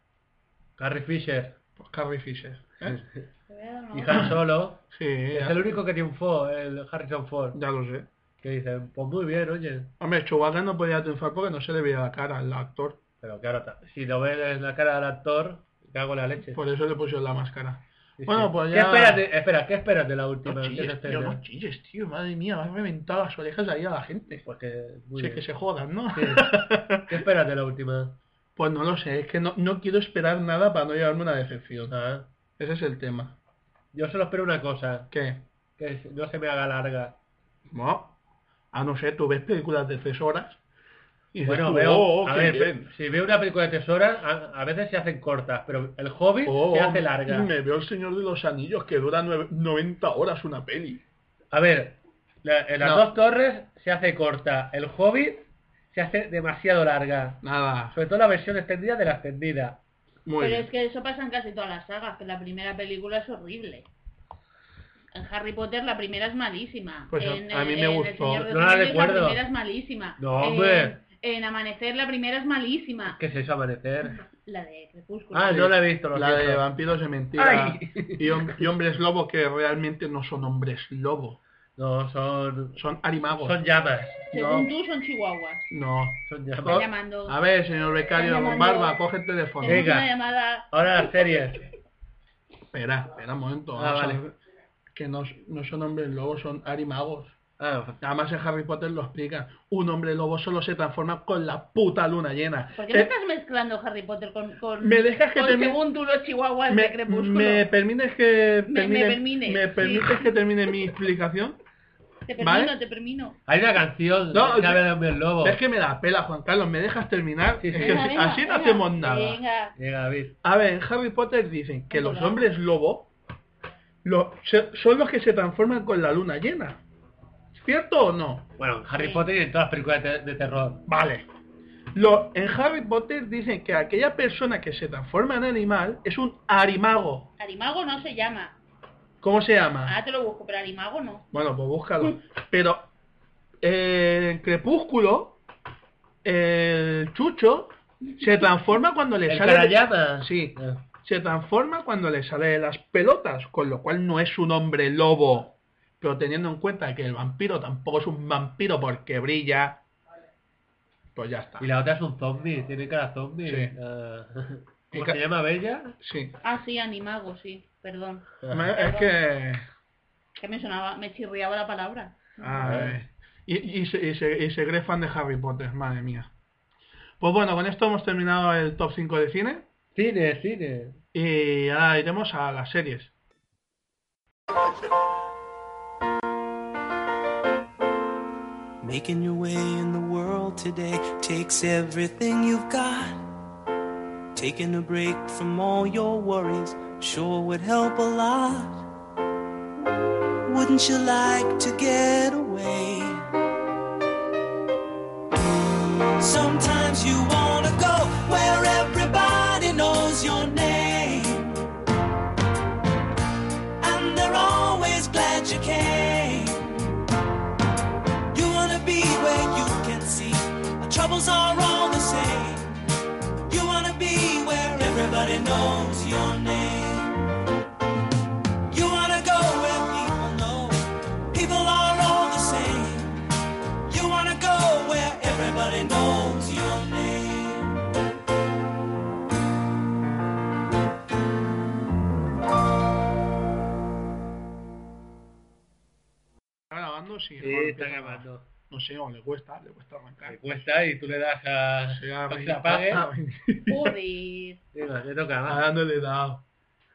S2: Carrie Fisher
S4: Pues Carrie Fisher. ¿eh?
S3: Te voy a dar una
S2: y
S3: hora.
S2: Han Solo.
S4: Sí,
S2: Es
S4: ya,
S2: el único que triunfó, el Harrison Ford.
S4: ya lo sé.
S2: Que dicen, pues muy bien, oye.
S4: Hombre, Chewbacca no podía triunfar porque no se le veía la cara al actor.
S2: Pero claro, ta- si lo ves en la cara del actor, cago en la leche.
S4: Por eso le pusieron la máscara.
S2: Sí,
S4: bueno,
S2: sí.
S4: pues
S2: ¿Qué
S4: ya-
S2: esperas de- espera, ¿qué esperas de la última?
S4: No
S2: que este, se
S4: chilles, tío,
S2: estrena?
S4: no chilles, tío. Madre mía, me has reventado las orejas ahí a la gente.
S2: Pues que, muy
S4: Sí,
S2: bien.
S4: que se jodan, ¿no?
S2: Sí. ¿Qué esperas de la última?
S4: Pues no lo sé, es que no, no quiero esperar nada para no llevarme una decepción.
S2: Ah,
S4: Ese es el tema.
S2: Yo solo espero una cosa,
S4: ¿Qué?
S2: que no se me haga larga.
S4: No. A no ser, tú ves películas de tres horas y dices,
S2: Bueno,
S4: "Oh,
S2: veo,
S4: oh,
S2: a
S4: qué
S2: ver,
S4: bien".
S2: si veo una película de tesora, a, a veces se hacen cortas, pero el hobby
S4: Oh,
S2: se hace larga.
S4: Me veo el Señor de los Anillos que dura nueve- 90 horas una peli.
S2: A ver, la- en las
S4: No.
S2: dos torres se hace corta, el hobby se hace demasiado larga.
S4: Nada.
S2: Sobre todo la versión extendida de la extendida.
S4: Muy
S3: Pero
S4: bien.
S3: es que eso pasa en casi todas las sagas, que la primera película es horrible. En Harry Potter la primera es malísima.
S4: Pues a-
S3: en,
S4: a mí
S3: eh,
S4: me
S3: en El
S4: gustó.
S3: Señor de
S2: No
S3: los
S2: la
S3: Anillos
S2: recuerdo.
S3: La primera es malísima.
S2: No,
S3: En-
S2: hombre.
S3: En, Amanecer la primera es malísima.
S2: ¿Qué es eso, amanecer?
S3: La de Crepúsculo.
S2: Ah, no la he visto, lo
S4: La de
S2: siento.
S4: vampiros de mentira
S2: Ay.
S4: y, hom- y hombres lobo que realmente no son hombres lobo,
S2: No, son,
S4: son animagos.
S2: son llamas.
S3: Según tú son chihuahuas.
S4: No. Ah, pues
S2: Son
S3: Están
S2: llamas.
S3: llamando.
S4: A ver, señor becario
S3: Están
S4: con
S3: llamando.
S4: barba, coge el teléfono.
S3: Tenemos
S2: venga.
S3: una llamada.
S2: Ahora las series.
S4: Espera, espera un momento.
S2: Ah,
S4: vamos a
S2: vale.
S4: ver. Que no, no son hombres lobo, son animagos.
S2: Ah,
S4: Además en Harry Potter lo explican. Un hombre lobo solo se transforma con la puta luna llena.
S3: ¿Por qué me
S4: Eh,
S3: estás mezclando Harry Potter con, con,
S4: ¿me dejas que
S3: con
S4: termine?
S3: según tú los chihuahuas de
S4: me,
S3: Crepúsculo?
S4: me permites que
S3: Me- me
S4: termine,
S3: permines,
S4: me
S3: sí.
S4: permites que termine mi explicación?
S3: Te permino,
S4: ¿vale?
S3: te permino.
S2: Hay una canción
S4: No,
S2: que
S4: sí.
S2: habla de hombre lobo.
S4: Es que me da pela, Juan Carlos. ¿Me dejas terminar?
S2: Oh. Sí, sí.
S4: Es que
S3: Venga,
S4: si-
S3: venga,
S4: así no
S3: venga.
S4: hacemos nada.
S3: Venga.
S2: Llega David.
S4: A ver, en Harry Potter dicen que
S3: Es
S4: los
S3: verdad.
S4: hombres lobo lo- se- son los que se transforman con la luna llena. ¿Cierto o no?
S2: Bueno, Harry
S3: Sí.
S2: Potter y en todas las películas de, de terror.
S4: Vale. Lo- en Harry Potter dicen que aquella persona que se transforma en animal es un arimago.
S3: Arimago no se llama.
S4: ¿Cómo se llama?
S3: Ah, te lo busco, pero Arimago no.
S4: Bueno, pues búscalo. Pero eh, en Crepúsculo, el chucho se transforma cuando le
S2: ¿El
S4: sale... de-
S2: carallama?
S4: Sí.
S2: Eh,
S4: se transforma cuando le sale de las pelotas, con lo cual no es un hombre lobo. Pero teniendo en cuenta que el vampiro tampoco es un vampiro porque brilla, pues ya está.
S2: Y la otra es un zombie, tiene cara zombie.
S4: Sí.
S2: Ah,
S4: Y
S2: ¿Cómo
S4: ca-
S2: se llama Bella?
S4: Sí.
S3: Ah, sí, Animago, sí. Perdón.
S4: Me- Es que...
S3: Que me sonaba, me chirriaba la palabra.
S4: ah, eh. y, y se, y, se, y se cree fan de Harry Potter, madre mía. Pues bueno, con esto hemos terminado el top 5 de cine
S2: Cine, cine.
S4: y ahora iremos a las series.
S6: Making your way in the world today takes everything you've got. Taking a break from all your worries sure would help a lot. Wouldn't you like to get away? Sometimes you wanna go where everybody knows your name. And they're always glad you came. You wanna be where you can see our troubles are all the same. You wanna be where everybody knows your name. You wanna go where people know people are all the same. You wanna go where everybody knows your name.
S4: ¿Está grabando? Sí,
S2: Sí,
S4: joder,
S2: está
S4: empieza a-
S2: grabando.
S4: No sé, o le cuesta, le cuesta arrancar.
S2: Le cuesta y tú le das a...
S4: Se ha-
S2: a que se apague.
S4: Ah, ah,
S3: Joder.
S2: Venga, te toca más.
S4: Ah, no le he dado.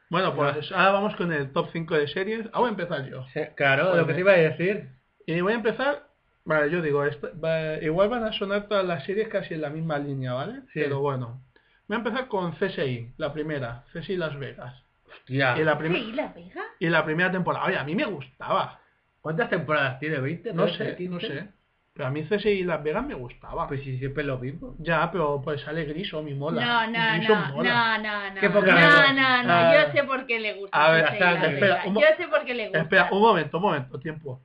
S4: Bueno, pues ahora vamos con el top 5 de series. Ah, voy a empezar yo.
S2: Sí, Claro,
S4: Bueno.
S2: lo que te iba a decir.
S4: Y voy a empezar... Vale, yo digo, esta- va- igual van a sonar todas las series casi en la misma línea, ¿vale?
S2: Sí.
S4: Pero bueno. Voy a empezar con CSI, la primera, CSI Las Vegas.
S2: Hostia.
S4: Y la,
S3: ¿Qué
S4: prim-
S3: ahí la pega?
S4: y la primera temporada. Oye, a mí me gustaba.
S2: ¿Cuántas temporadas tiene? ¿20?
S4: No
S2: ¿13,
S4: sé, no
S2: 15?
S4: sé. Pero a mí CSI Las Vegas me gustaba.
S2: Pues si siempre es lo mismo.
S4: ya, pero pues sale Griso, mi mola.
S3: No, no,
S4: Griso
S3: no, no,
S4: mola.
S3: no, no.
S2: Qué poca
S3: no,
S2: vergüenza.
S3: no, no,
S2: Ah.
S3: yo sé por qué le gusta.
S4: A ver,
S3: José
S4: espera,
S3: Isabel.
S4: espera, un mo-
S3: yo sé por qué le gusta.
S4: Espera, un momento, un momento, tiempo.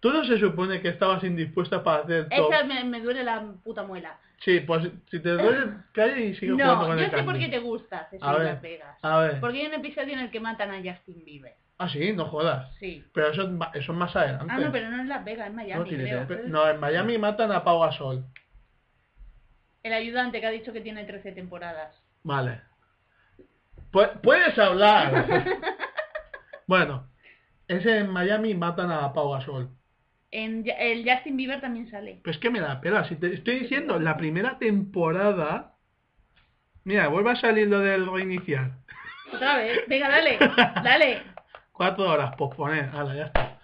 S4: ¿Tú no se supone que estabas indispuesta para hacer top?
S3: Esa me, me duele la puta muela.
S4: Sí, pues si te duele, calle y sigue jugando
S3: No,
S4: con
S3: yo
S4: el
S3: sé por
S4: candy.
S3: qué te gusta César
S4: A ver,
S3: Las Vegas.
S4: A ver.
S3: Porque hay un episodio en el que matan a Justin Bieber.
S4: Ah, sí, no jodas.
S3: Sí.
S4: Pero eso es, ma- eso es más adelante.
S3: Ah, no, pero no en Las Vegas, en Miami,
S4: No, tiene
S3: creo.
S4: que- no, en Miami matan a Pau Gasol.
S3: El ayudante que ha dicho que tiene 13 temporadas.
S4: Vale. Pu- puedes hablar. bueno, ese en Miami matan a Pau Gasol.
S3: En, Ya- el Justin Bieber también sale.
S4: Pues que me da pela. Si te estoy diciendo, la primera temporada. Mira, vuelve a salir lo del reiniciar.
S3: Otra vez. Venga, dale, dale.
S4: Cuatro horas, posponer. Hala, ya está.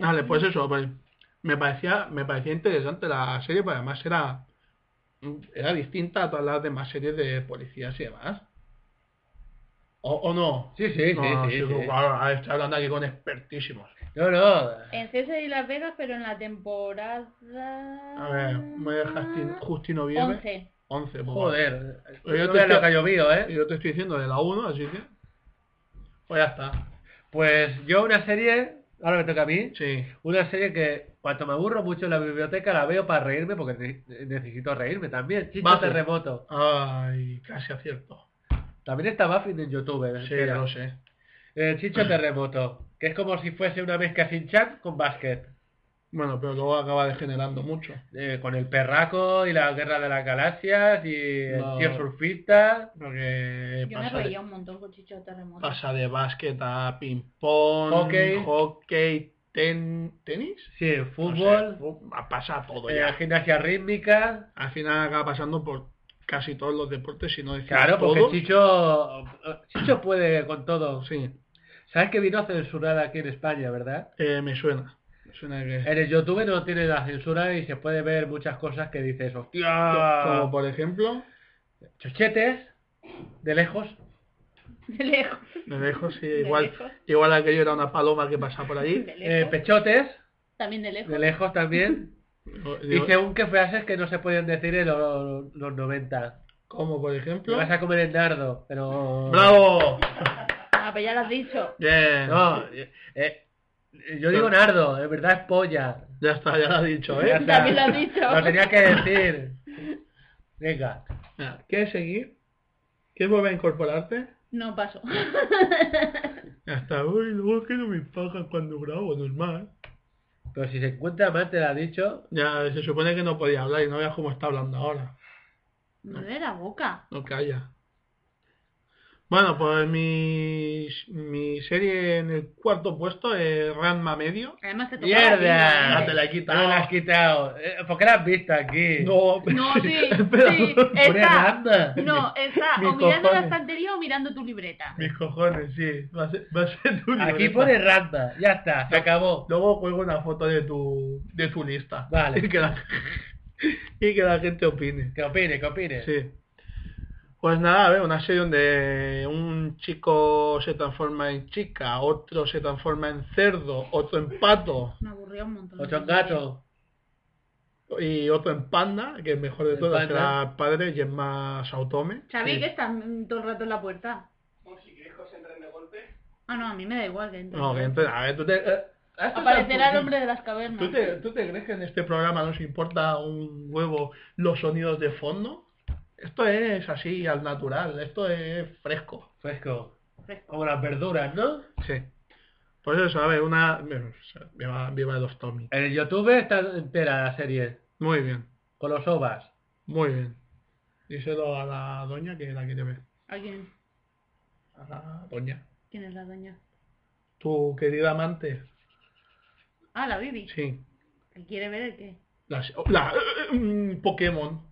S4: Vale, pues eso, pues, me parecía, me parecía interesante la serie, porque además era, era distinta a todas las demás series de policías y demás. ¿O, o no?
S2: Sí, sí,
S4: no,
S2: sí,
S4: no,
S2: sí,
S4: sí,
S2: sí.
S4: claro, ahora estoy hablando aquí con expertísimos.
S2: No, no.
S3: En César y Las Vegas, pero en la temporada...
S4: A ver, ¿eh? voy a dejar Justin, Justin Oviedo.
S3: 11.
S4: 11, pues,
S2: Joder.
S4: Yo te
S2: Yo te
S4: estoy-
S2: lo que ha llovido,
S4: vale.
S2: ¿eh?
S4: Yo te estoy diciendo de la 1, así que... Pues ya está.
S2: Pues yo una serie, ahora me toca a mí,
S4: Sí.
S2: una serie que cuando me aburro mucho en la biblioteca la veo para reírme porque ne- necesito reírme también. Chicho
S4: Buffy.
S2: Terremoto.
S4: Ay, casi acierto.
S2: También está Buffy en YouTube.
S4: Sí,
S2: espera.
S4: lo sé.
S2: Eh, Chicho Terremoto, que es como si fuese una mezcla sin chat con básquet.
S4: Bueno, pero luego acaba degenerando mucho.
S2: Eh, con el perraco y la guerra de las galaxias y el
S4: No.
S2: tío surfista.
S4: Porque
S3: Yo me
S4: pasa de-
S3: reía un montón con Chicho Terremoto.
S4: Pasa de básquet a ping-pong,
S2: Hockey.
S4: hockey, ten- tenis.
S2: Sí, el
S4: No
S2: fútbol,
S4: sé, fu- pasa todo
S2: eh,
S4: ya.
S2: gimnasia rítmica.
S4: Al final acaba pasando por casi todos los deportes, si no decir
S2: Claro, porque
S4: todos.
S2: Chicho, Chicho puede con todo.
S4: Sí,
S2: ¿Sabes que vino censurada aquí en España, verdad?
S4: eh, me suena. Me suena que...
S2: En el YouTube no tiene la censura y se puede ver muchas cosas que dices,
S4: Como
S2: hostia,
S4: por ejemplo,
S2: chochetes, de lejos.
S3: De lejos.
S4: me dejo sí,
S3: De
S4: igual,
S3: lejos.
S4: igual aquello era una paloma que pasaba por allí.
S3: De
S2: Eh,
S3: lejos.
S2: pechotes,
S3: También de lejos.
S2: de lejos también. Y
S4: Digo,
S2: según qué frases que no se podían decir en los, los 90.
S4: como por
S2: Te
S4: ejemplo.
S2: vas a comer el nardo, pero...
S4: ¡Bravo!
S3: Ah, pues ya lo has dicho.
S4: Bien.
S2: No, eh, eh, yo digo nardo, en verdad es polla.
S4: Ya está, ya lo ha dicho, ¿eh?
S2: Ya está.
S3: También lo has dicho.
S2: Lo tenía que decir. Venga.
S4: Mira, ¿Quieres seguir? ¿Quieres volver a incorporarte?
S3: No paso.
S4: Hasta hoy, luego es que no me pagan cuando grabo, normal.
S2: Pero si se encuentra mal, te lo ha dicho.
S4: Ya, se supone que no podía hablar y no veas cómo está hablando ahora.
S3: No de la boca.
S4: No calla. Bueno, pues mi, mi serie en el cuarto puesto es Ranma Medio. Ah,
S3: Además te tocó
S2: ¡Mierda!
S4: Ya te la he quitado.
S2: No Ah, la has quitado. Eh, ¿Por qué la has visto aquí?
S4: No,
S3: No, sí,
S4: espera.
S3: sí,
S2: Pone
S3: está.
S2: randa.
S3: No, está
S4: Mis
S3: o mirando la
S4: cojones.
S3: estantería o mirando tu libreta.
S4: Mis cojones, sí. Va a ser, va a ser tu
S2: Aquí
S4: libreta.
S2: pone randa. Ya está, se acabó.
S4: Luego cuelgo una foto de tu, de tu lista.
S2: Vale.
S4: Y que la, y que la gente opine.
S2: Que opine, que opine.
S4: Sí. Pues nada, a ver, una serie donde un chico se transforma en chica, otro se transforma en cerdo, otro en pato
S3: Me aburrió un montón.
S2: Ocho gatos.
S4: y otro en panda, que el mejor de
S2: El
S4: todos
S2: panda.
S4: era el padre y es más autome.
S3: Xavi,
S4: Sí.
S3: que estás mm, todo el rato en la puerta.
S7: O si Grejos entran de golpe.
S3: Ah, no, a mí me da igual que entre.
S4: No, que entonces, a ver, tú te... eh, hasta
S3: Aparecerá el
S4: tú-
S3: hombre de las cavernas.
S4: ¿tú te, ¿Tú te crees que en este programa nos importa un huevo los sonidos de fondo? Esto es así, al natural, esto es fresco.
S2: Fresco.
S3: Fresco.
S2: Como las verduras, ¿no?
S4: Sí. Pues eso, a ver, una... Viva, viva los Tommy.
S2: En el YouTube está entera la serie.
S4: Muy bien.
S2: Con los ovas.
S4: Muy bien. Díselo a la doña que la quiere ver.
S3: ¿A quién?
S4: A la doña.
S3: ¿Quién es la doña?
S4: Tu querida amante.
S3: Ah, la Bibi.
S4: Sí.
S3: ¿Que quiere ver el qué?
S4: La, la- mm, Pokémon.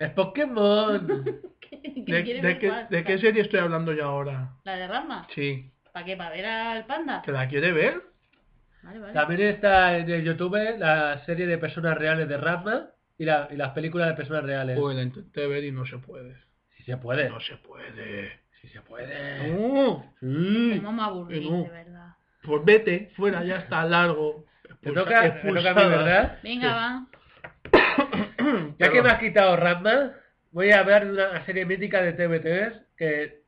S2: ¡Es Pokémon!
S3: ¿Que
S4: ¿De,
S3: quiere
S4: de
S3: ver
S4: qué,
S3: cuál?
S4: de qué serie estoy hablando yo ahora?
S3: ¿La de Rama?
S4: Sí.
S3: ¿Para qué? ¿Para ver al panda?
S4: ¿Que la quiere ver?
S3: Vale, vale.
S2: También está en el YouTube la serie de personas reales de Ratman y, la- y las películas de personas reales.
S4: Uy, la intenté ver y no se puede.
S2: Si se puede.
S4: No se puede.
S2: Si se puede.
S4: No. Sí.
S3: Cómo me aburrí,
S4: No.
S3: de verdad.
S4: Pues vete, fuera, ya está largo.
S2: Te toca, te
S4: Expulsa-
S2: toca a mí,
S4: expulsada.
S2: ¿verdad?
S3: Venga, va.
S2: Ya que
S4: Perdón.
S2: me has quitado Rama, voy a hablar de una serie mítica de TVTs que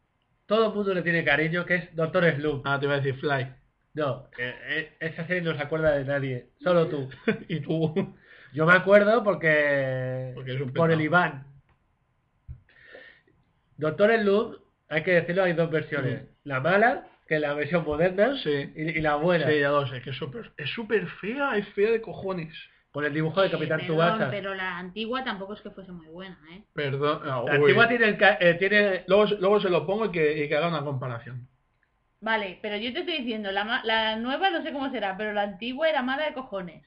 S2: todo el mundo le tiene cariño, que es Doctor Slump.
S4: Ah, te iba a decir Fly.
S2: No, eh, eh, esa serie no se acuerda de nadie, solo tú.
S4: y tú.
S2: Yo me acuerdo porque,
S4: Porque es un
S2: por el
S4: pesado.
S2: Iván. Doctor Slump, hay que decirlo, hay dos versiones. La mala, que es la versión moderna,
S4: Sí.
S2: y, y la buena,
S4: Sí, ya lo sé, que es súper es súper fea, es fea de cojones.
S2: con el dibujo de Capitán
S3: Eh, perdón,
S2: Tsubasa.
S3: pero la antigua tampoco es que fuese muy buena, ¿eh?
S4: Perdón. ah,
S2: La
S4: uy.
S2: antigua tiene el, ca- eh, tiene
S4: luego, luego se lo pongo y que, y que haga una comparación.
S3: Vale, pero yo te estoy diciendo, la, ma- la nueva no sé cómo será, pero la antigua era mala de cojones.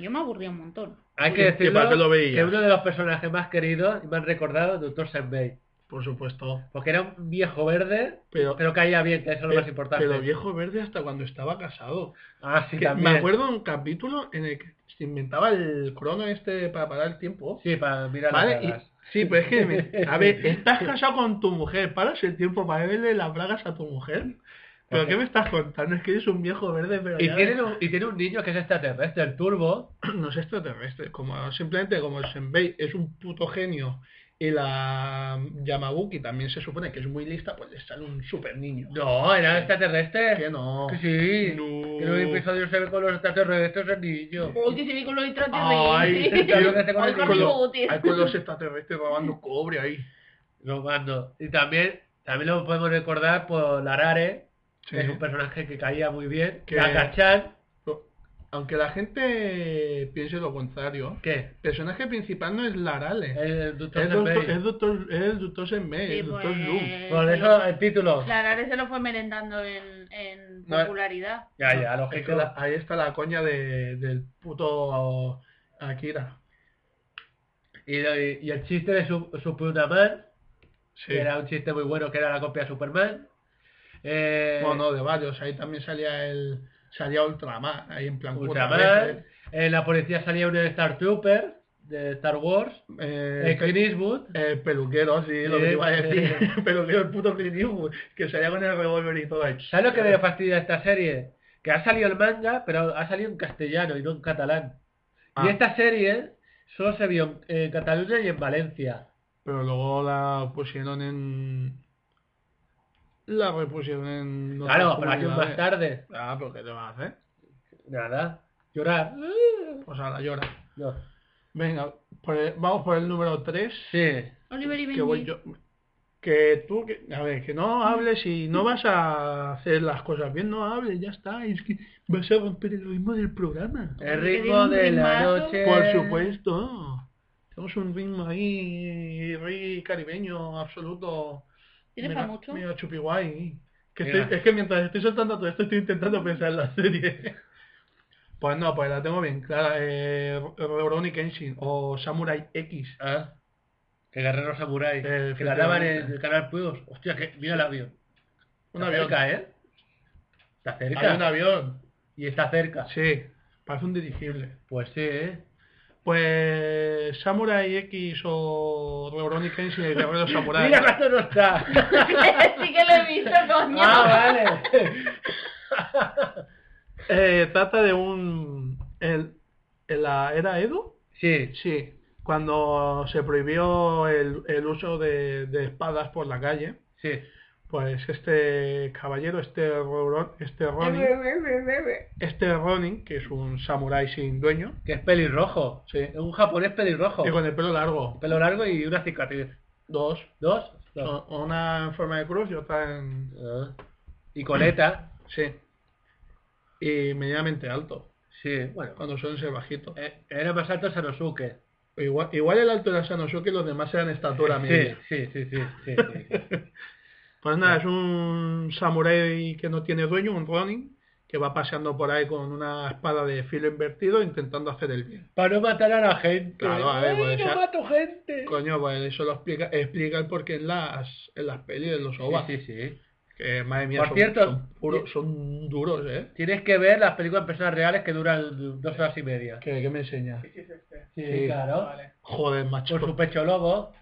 S3: Yo me aburría un montón.
S2: Hay que
S4: ¿Qué-
S2: decirlo,
S4: qué papel lo veías?
S2: que uno de los personajes más queridos y más recordados, Doctor Senbei.
S4: Por supuesto.
S2: Porque era un viejo verde,
S4: Pero, eh,
S2: pero caía bien, que eso es lo más importante.
S4: pero viejo verde hasta cuando estaba casado.
S2: Ah, sí,
S4: Que
S2: también.
S4: me acuerdo de un capítulo en el que se inventaba el crono este para parar el tiempo.
S2: Sí, para mirar
S4: Vale,
S2: las
S4: y-
S2: bragas.
S4: sí, pero es que, me- a ver, estás casado con tu mujer, paras el tiempo para verle las bragas a tu mujer. ¿Pero
S2: Ok.
S4: qué me estás contando? Es que eres un viejo verde, pero
S2: Y
S4: ya
S2: tiene, un, y tiene un niño que es extraterrestre, el turbo.
S4: no es extraterrestre, como simplemente como el Senbei es un puto genio y la Yamabuki también se supone que es muy lista, pues le sale un super niño.
S2: No, era extraterrestre.
S4: que no.
S2: Que sí.
S4: No.
S2: Que en un episodio se ve con los extraterrestres el niño.
S3: Uy, que se ve con los
S4: Ay,
S3: extraterrestres.
S4: tío,
S2: Ay,
S4: con,
S2: con
S4: los-
S3: bigotes.
S4: ay, con los extraterrestres robando cobre ahí.
S2: Lo mando. Y también, también lo podemos recordar por Larare, que es un personaje que caía muy bien.
S4: Que-
S2: Takachan.
S4: Aunque la gente piense lo contrario,
S2: ¿Qué?
S4: el personaje principal no es Larale.
S2: El Dr.
S4: Es doctor,
S2: Senbei.
S4: es doctor, es el doctor Senbei,
S3: Sí,
S4: el doctor
S3: pues,
S4: Lu.
S2: Por
S3: se
S2: eso
S3: lo-
S2: el título.
S3: La Arare se lo fue merendando en, en
S4: No, eh.
S3: popularidad.
S2: Ya, ya,
S4: Es
S2: lógico.
S4: que la- ahí está la coña de- del puto Akira.
S2: Y, lo- y- y el chiste de su, Superman,
S4: Sí.
S2: que era un chiste muy bueno, que era la copia de Superman. Eh,
S4: Bueno, no, de varios. Ahí también salía el salía Ultraman, ahí en plan puta
S2: Ultraman.
S4: madre.
S2: En Eh, la policía salía un Star Trooper de Star Wars.
S4: Eh,
S2: Eh, Clint Eastwood. eh,
S4: eh, peluquero, sí, lo que te iba a decir. peluquero, el puto Clint Eastwood, que salía con el revólver y todo ahí.
S2: ¿Sabes lo que me fastidia de esta serie? Que ha salido el manga, pero ha salido en castellano y no en catalán.
S4: Ah.
S2: Y esta serie solo se vio en, en Cataluña y en Valencia.
S4: Pero luego la pusieron en... La repusieron en...
S2: claro, pero años más
S4: comunidades.
S2: tarde.
S4: Ah, pero ¿qué te vas a hacer?
S2: Nada. Llorar.
S4: Pues ahora llora.
S2: No.
S4: Venga, por el- vamos por el número 3.
S2: Sí.
S3: Oliver y
S4: Que voy
S3: Benji.
S4: yo. Que tú, que, a ver, que no hables y no vas a hacer las cosas bien, no hables, ya está. Es que vas a romper el ritmo del programa.
S5: Eh.
S2: El
S3: Porque
S2: ritmo
S3: tiene
S2: de
S3: un
S2: la
S3: ritmazo.
S2: noche.
S4: Por supuesto. Tenemos un ritmo ahí, rey caribeño, absoluto.
S3: ¿Tienes
S4: Mira-
S3: pa' mucho?
S4: mira, chupiguay. Que
S2: Mira.
S4: estoy- es que mientras estoy soltando todo esto, estoy intentando pensar en la serie. Pues no, pues la tengo bien clara. Eh, Rurouni Kenshin o Samurai X.
S2: Ah, que guerrero samurái.
S4: Eh,
S2: que la daban en
S4: efectivamente.
S2: el canal Plus. Hostia, que mira el avión.
S4: Un
S2: está
S4: avión.
S2: cerca, ¿eh? Está cerca.
S4: Hay un avión.
S2: Y está cerca.
S4: Sí, parece un dirigible.
S2: Pues sí, ¿eh?
S4: Pues Samurai X o Rurouni Kenshin, el guerrero samurai.
S2: Mira cuánto no está.
S3: sí que lo he visto, coño.
S2: ah, vale.
S4: Eh, trata de un... El, el- la ¿Era Edo?
S2: sí.
S4: Sí. Cuando se prohibió el, el uso de, de espadas por la calle,
S2: Sí.
S4: pues este caballero, este Rurouni, este Ronin, este Ronin, que es un samurái sin dueño,
S2: Que es pelirrojo.
S4: Sí.
S2: Es un japonés pelirrojo.
S4: y con el pelo largo,
S2: Pelo largo y una cicatriz.
S4: dos,
S2: ¿Dos? Dos.
S4: o- una en forma de cruz y otra en,
S2: Ah. Y coleta.
S4: Sí. Y medianamente alto,
S2: Sí, bueno.
S4: cuando suelen ser bajitos.
S2: Eh, Era más alto Sanosuke.
S4: Igual, igual el alto era Sanosuke y los demás eran estatura
S2: Sí,
S4: media.
S2: sí, sí, sí, sí, sí, sí. Ah.
S4: Pues nada, es un samurái que no tiene dueño, un Ronin, que va paseando por ahí con una espada de filo invertido intentando hacer el bien.
S2: Para no matar a la gente.
S4: Claro, a ver,
S2: ¡Ay,
S4: pues,
S2: no
S4: ya-
S2: mato gente!
S4: Coño, pues eso lo explica, explica el porqué en las, en las pelis de los OVA.
S2: Sí, sí, sí.
S4: Que madre mía,
S2: Por
S4: son,
S2: cierto,
S4: son puros- son duros, ¿eh?
S2: Tienes que ver las películas en personas reales que duran dos horas y media.
S4: ¿Qué, qué me enseña?
S5: Sí, sí, sí, sí.
S2: Sí,
S4: Sí.
S2: claro.
S5: Vale.
S4: Joder, macho.
S2: Por su pecho lobo.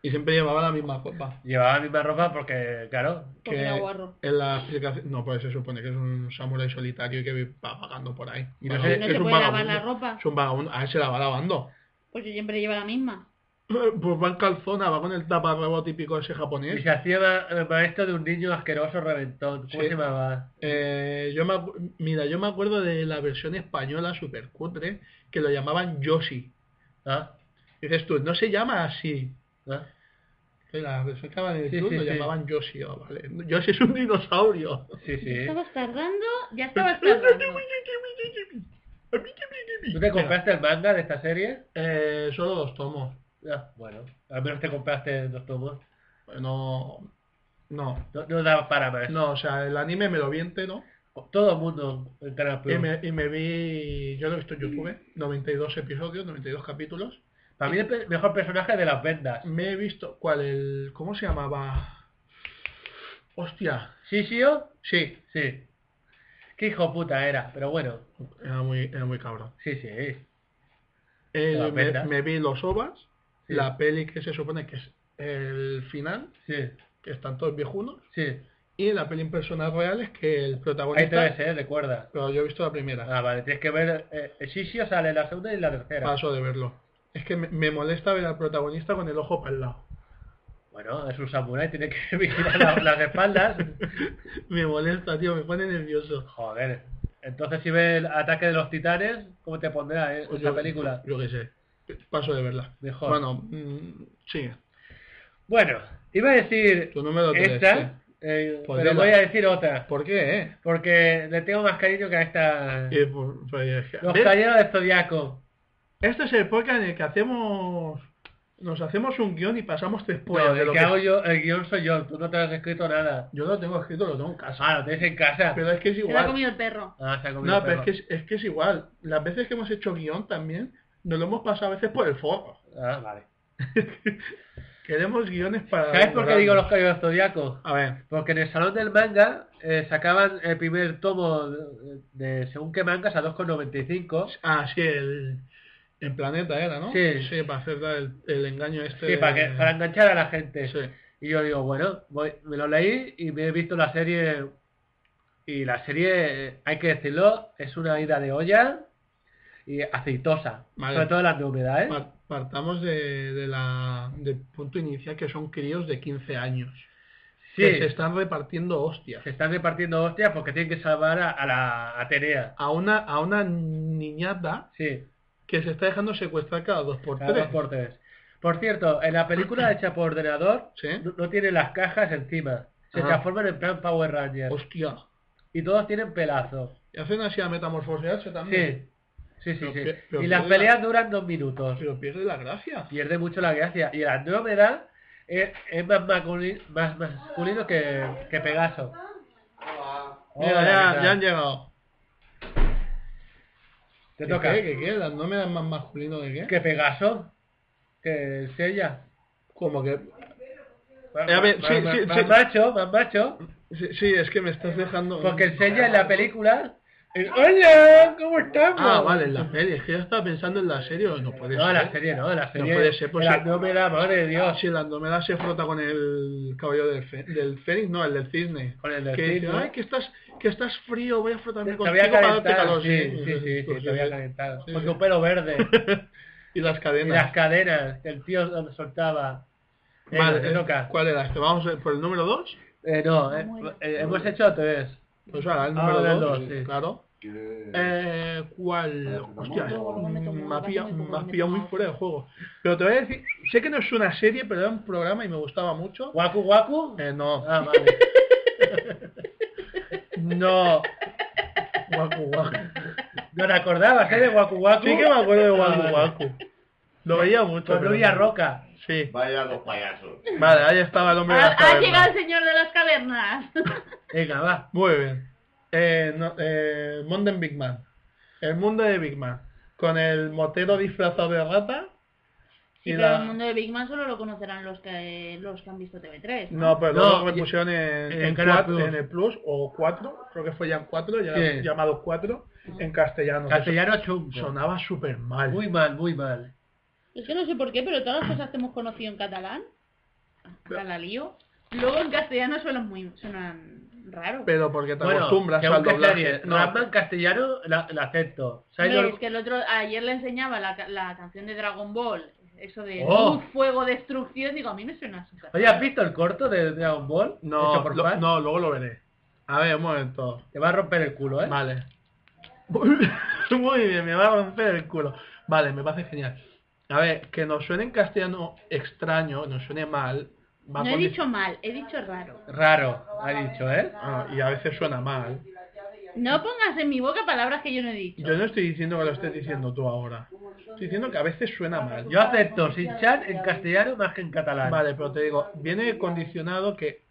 S4: Y siempre llevaba la misma copa.
S5: Llevaba la misma ropa porque, claro,
S4: Que
S3: Porque era guarro.
S4: En la explicación... No, pues se supone que es un samurái solitario y que va pagando por ahí. Y no
S3: ¿Y
S4: sé,
S3: no
S4: es
S3: se
S4: un
S3: puede lavar la
S4: vagabundo.
S3: ropa?
S4: Es un vagabundo. Ah, se la va lavando.
S3: Pues yo siempre llevo la misma.
S4: Pues va en calzona, va con el taparrabo típico ese
S5: Y
S4: japonés.
S5: se hacía ma- eh, maestro de un niño asqueroso reventón. ¿Cómo
S4: Sí.
S5: se llamaba?
S4: Eh, yo me, acu- mira, yo me acuerdo de la versión española super cutre que lo llamaban Yoshi.
S5: ¿Ah?
S4: Dices tú, no se llama así.
S5: ¿Ah?
S4: Sí, La versión que hablan en el
S5: Sí,
S4: sur
S5: sí,
S4: lo
S5: sí.
S4: llamaban Yoshi. ah, vale. Yoshi es un dinosaurio.
S5: Sí, sí.
S3: Estabas tardando, ya
S4: Pues,
S3: estabas tardando.
S5: ¿Tú te compraste el manga de esta serie?
S4: Eh, solo dos tomos.
S5: Ah, bueno, al menos te compraste dos tomos.
S4: No, no,
S5: No, no daba para más.
S4: no, o sea, el anime me lo vi entero
S5: Todo el mundo en Canal Plus.
S4: y me, y me vi, yo lo he visto en YouTube, 92 episodios, 92 capítulos.
S5: Para mí el pe- mejor personaje de las vendas.
S4: Me he visto, ¿cuál? El, ¿Cómo se llamaba? Hostia,
S5: ¿Shishio?
S4: sí,
S5: Sí. Qué hijo puta era, pero bueno.
S4: era muy, era muy cabrón.
S5: Sí, sí.
S4: Eh,
S5: La
S4: me,
S5: pena.
S4: me vi los ovas,
S5: Sí.
S4: la peli que se supone que es el final,
S5: Sí,
S4: que están todos viejunos,
S5: sí.
S4: y la peli en personas reales que el
S5: Hay
S4: protagonista...
S5: tres, ¿eh? Recuerda.
S4: Pero yo he visto la primera.
S5: Ah, vale, tienes que ver. Eh, eh, Shishio sale en la segunda y en la tercera.
S4: Paso de verlo. Es que me, me molesta ver al protagonista con el ojo para el lado.
S5: Bueno, es un samurái, tiene que vigilar la- las espaldas.
S4: Me molesta, tío, me pone nervioso.
S5: Joder. Entonces, si ves el ataque de los titanes, ¿cómo te pondrá eh, esa
S4: Yo-
S5: película?
S4: Yo qué sé. Paso de verla.
S5: Mejor.
S4: Bueno, mm, sigue.
S5: Bueno, iba a decir
S4: Tu número 3.
S5: esta, eh,
S4: Pues
S5: pero
S4: dila.
S5: voy a decir otra.
S4: ¿Por qué, eh?
S5: Porque le tengo más cariño que a esta.
S4: Eh, por- por- es que-
S5: Los
S4: ¿Ves?
S5: caballeros de Zodiaco.
S4: Este es el podcast en el que hacemos... Nos hacemos un guión y pasamos tres
S5: Pues
S4: pollas de
S5: el
S4: lo
S5: que
S4: que-
S5: hago yo, el guión soy yo, tú no te has escrito nada.
S4: Yo lo tengo escrito, lo tengo en casa.
S5: Ah, lo tienes en casa.
S4: Pero es que es
S3: Se lo ha
S4: igual.
S3: comido el perro.
S5: Ah, se ha comido
S4: No,
S5: el
S4: pero es
S5: perro.
S4: que es, es que es igual. Las veces que hemos hecho guión también, nos lo hemos pasado a veces por el forro.
S5: Ah, vale.
S4: Queremos guiones para...
S5: ¿Sabes por qué
S4: elaborarnos.
S5: digo los caballeros zodiacos?
S4: A ver,
S5: Porque en el salón del manga eh, sacaban el primer tomo de, de según qué mangas a 2,95.
S4: ah, sí, el, el planeta era, ¿no?
S5: Sí.
S4: para hacer dar el, el engaño este.
S5: Sí, para, que, para enganchar a la gente.
S4: Sí.
S5: Y yo digo, bueno, voy- me lo leí y me he visto la serie. Y la serie, eh, hay que decirlo, es una ida de olla y aceitosa.
S4: Vale.
S5: Sobre todo en las de humedad, ¿eh?
S4: Par- Partamos de, de la, del punto inicial que son críos de 15 años.
S5: Sí,
S4: Que se están repartiendo hostias.
S5: se están repartiendo hostias porque tienen que salvar a, a la Atenea.
S4: A una, a una niñata
S5: Sí,
S4: que se está dejando secuestrar cada dos por
S5: cada
S4: tres.
S5: dos por tres. Por cierto, en la película hecha por ordenador,
S4: Sí.
S5: no, no tiene las cajas encima. Se
S4: Ah.
S5: transforman en plan Power Rangers.
S4: Hostia.
S5: Y todos tienen pelazo.
S4: Y hacen así a metamorfosearse también.
S5: Sí. Sí, sí,
S4: Pero
S5: sí.
S4: que- pero
S5: y las
S4: que-
S5: peleas duran dos minutos.
S4: Pero pierde la gracia.
S5: Pierde mucho la gracia. Y el Andrómeda es, es más, maculi- más masculino que, que Pegaso.
S4: Mira,
S5: Hola,
S4: ya,
S5: ¿qué tal?
S4: ya han llegado.
S5: Te
S4: ¿Qué,
S5: toca.
S4: ¿Qué? ¿Qué? ¿Qué? ¿Las nóminas más masculino de qué?
S5: Que Pegaso. Que es ella.
S4: Como que...
S5: Más,
S4: Eh, a ver,
S5: más-
S4: sí,
S5: más-
S4: sí,
S5: más
S4: sí.
S5: macho, más macho.
S4: Sí, sí, es que me estás dejando...
S5: Porque el Sella en la película... es, Hola, ¿cómo estamos?
S4: Ah, vale, en la serie. Es que yo estaba pensando en la serie. No puede
S5: No,
S4: ser.
S5: la serie no, la serie.
S4: ¿eh? puede ser, pues
S5: el
S4: sí.
S5: Andrómeda, madre de Dios.
S4: Si el Andrómeda se frota con el cabello del, fe- del Fénix, no, el del Cisne.
S5: Con el del
S4: que dice,
S5: cisne.
S4: ay, que estás, que estás frío, voy a frotarme
S5: Te
S4: contigo
S5: voy a
S4: para darte
S5: calentar,
S4: calor.
S5: sí, sí, sí, sí, te voy a calentar.
S4: Sí,
S5: Con
S4: sí.
S5: tu pelo verde
S4: Y las
S5: y
S4: cadenas.
S5: las cadenas que el tío soltaba. Venga,
S4: Vale,
S5: te
S4: eh,
S5: toca.
S4: ¿cuál era? Este? ¿Vamos eh, por el número 2?
S5: Eh, no, eh, eh, hemos hecho tres.
S4: Pues ahora, el
S5: Ahora
S4: número
S5: Ah, del
S4: 2,
S5: dos, sí.
S4: claro. Eh, ¿Cuál? Hostia, mm, me ha pillado, me ha pillado muy fuera de juego. Pero te voy a decir, sé que no es una serie, pero era un programa y me gustaba mucho.
S5: ¿Waku Waku?
S4: Eh, no,
S5: Ah, vale.
S4: no. Guacu, guacu.
S5: ¿No te acordabas, eh, de Waku Waku?
S4: Sí que me acuerdo de Waku
S5: Ah,
S4: Waku. Lo veía mucho.
S5: Con
S4: pero
S5: Nuria
S4: no.
S5: Roca.
S4: Sí.
S8: Vaya dos payasos.
S4: Vale, ahí estaba el hombre de
S3: Ha,
S9: Ah,
S4: las
S3: ha llegado
S4: cavernas.
S3: el señor de las cavernas.
S5: Venga, va.
S4: Muy bien. Eh, no, eh, mundo en Big Man. El mundo de Big Man. Con el motero disfrazado de rata.
S3: Sí,
S4: y
S3: pero
S4: la-
S3: el mundo de Big Man solo lo conocerán los que, los que han visto TV3.
S4: No, pero
S5: No,
S4: luego me
S5: y-
S4: pusieron en,
S5: en
S4: en
S5: Canal
S4: cuat-
S5: Plus.
S4: en el Plus o 4, creo que fue ya en 4, ya
S5: Sí.
S4: llamado 4, en castellano.
S5: Castellano
S4: Eso
S5: chungo.
S4: Sonaba súper mal.
S5: Muy mal, muy mal.
S3: Es que no sé por qué, pero todas las cosas que hemos conocido en catalán
S9: hasta la lío. Luego en castellano suenan muy suenan raro.
S4: Pero porque te
S5: Bueno,
S4: acostumbras
S5: según
S4: al
S5: qué
S4: doblaje.
S5: serie,
S4: No,
S5: Ranma en castellano la, la acepto.
S9: Hombre,
S5: Sailor-
S9: es que el otro ayer le enseñaba la, ca- la canción de Dragon Ball, eso de
S5: Oh.
S9: luz, fuego, destrucción, digo, a mí me suena súper.
S5: Oye, ¿has visto el corto de Dragon Ball? Hecho
S4: no,
S5: por
S4: lo-
S5: fans.
S4: no, luego lo veré. A ver, un momento.
S5: Te va a romper el culo, ¿eh?
S4: Vale. Muy bien, me va a romper el culo. Vale, me parece genial. A ver, que nos suene en castellano extraño, nos suene mal. va
S9: No he
S4: con-
S9: dicho mal, he dicho raro.
S5: Raro, ha dicho, ¿eh?
S4: Ah, y a veces suena mal.
S9: No pongas en mi boca palabras que yo no he dicho.
S4: Yo no estoy diciendo que lo estés diciendo tú ahora. Estoy diciendo que a veces suena mal.
S5: Yo acepto sin chat en castellano más que en catalán.
S4: Vale, pero te digo, viene condicionado que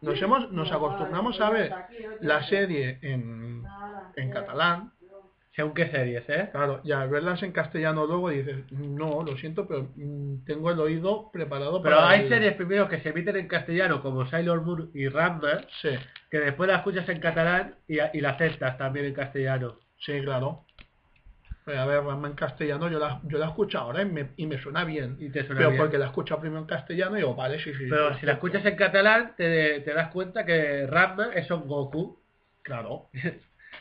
S4: nos hemos, nos acostumbramos a ver la serie en, en catalán,
S5: Según qué series, ¿eh?
S4: claro, y al verlas en castellano luego dices, no, lo siento, pero mm, tengo el oído preparado para...
S5: Pero hay
S4: el-
S5: series primero que se emiten en castellano, como Sailor Moon y Ranma,
S4: Sí,
S5: que después la escuchas en catalán y, y la aceptas también en castellano.
S4: sí, claro. Pero a ver, Ranma en castellano yo la, yo la escucho ahora y me, y me suena bien.
S5: Y te suena
S4: pero
S5: bien.
S4: porque la escucho primero en castellano y Este digo, vale, sí, sí.
S5: Pero si la escuchas en catalán, te, te das cuenta que Ranma es Son Goku.
S4: Claro.
S5: Que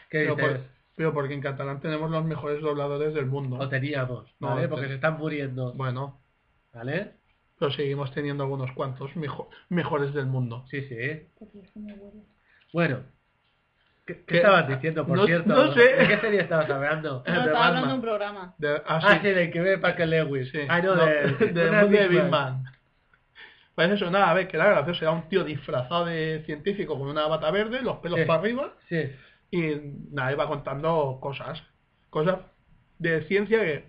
S4: Pero,
S5: dices,
S4: por- pero porque en catalán tenemos los mejores dobladores del mundo.
S5: lo teníamos,
S4: No,
S5: ¿vale?
S4: te-
S5: Porque se están muriendo,
S4: Bueno,
S5: ¿vale?
S4: pero seguimos teniendo algunos cuantos mejo- mejores del mundo.
S5: Sí, sí. Bueno, ¿qué, qué
S4: Que-
S5: estabas diciendo, por
S4: no-
S5: cierto?
S4: no sé.
S5: ¿De qué serie estabas hablando?
S4: De
S9: No, estaba
S4: Batman.
S9: hablando de un programa.
S4: De- ah,
S5: Ah,
S4: sí,
S5: sí, del que ve Parker Lewis.
S4: sí.
S5: Ah, no,
S4: No,
S5: de,
S4: del
S5: una
S4: mundo de
S5: Big
S4: Big Bang. Parece Pues eso, nada, a ver, que era gracioso. Era un tío disfrazado de científico con una bata verde, los pelos
S5: Sí.
S4: para arriba,
S5: Sí.
S4: y nada, iba contando cosas. Cosas de ciencia que,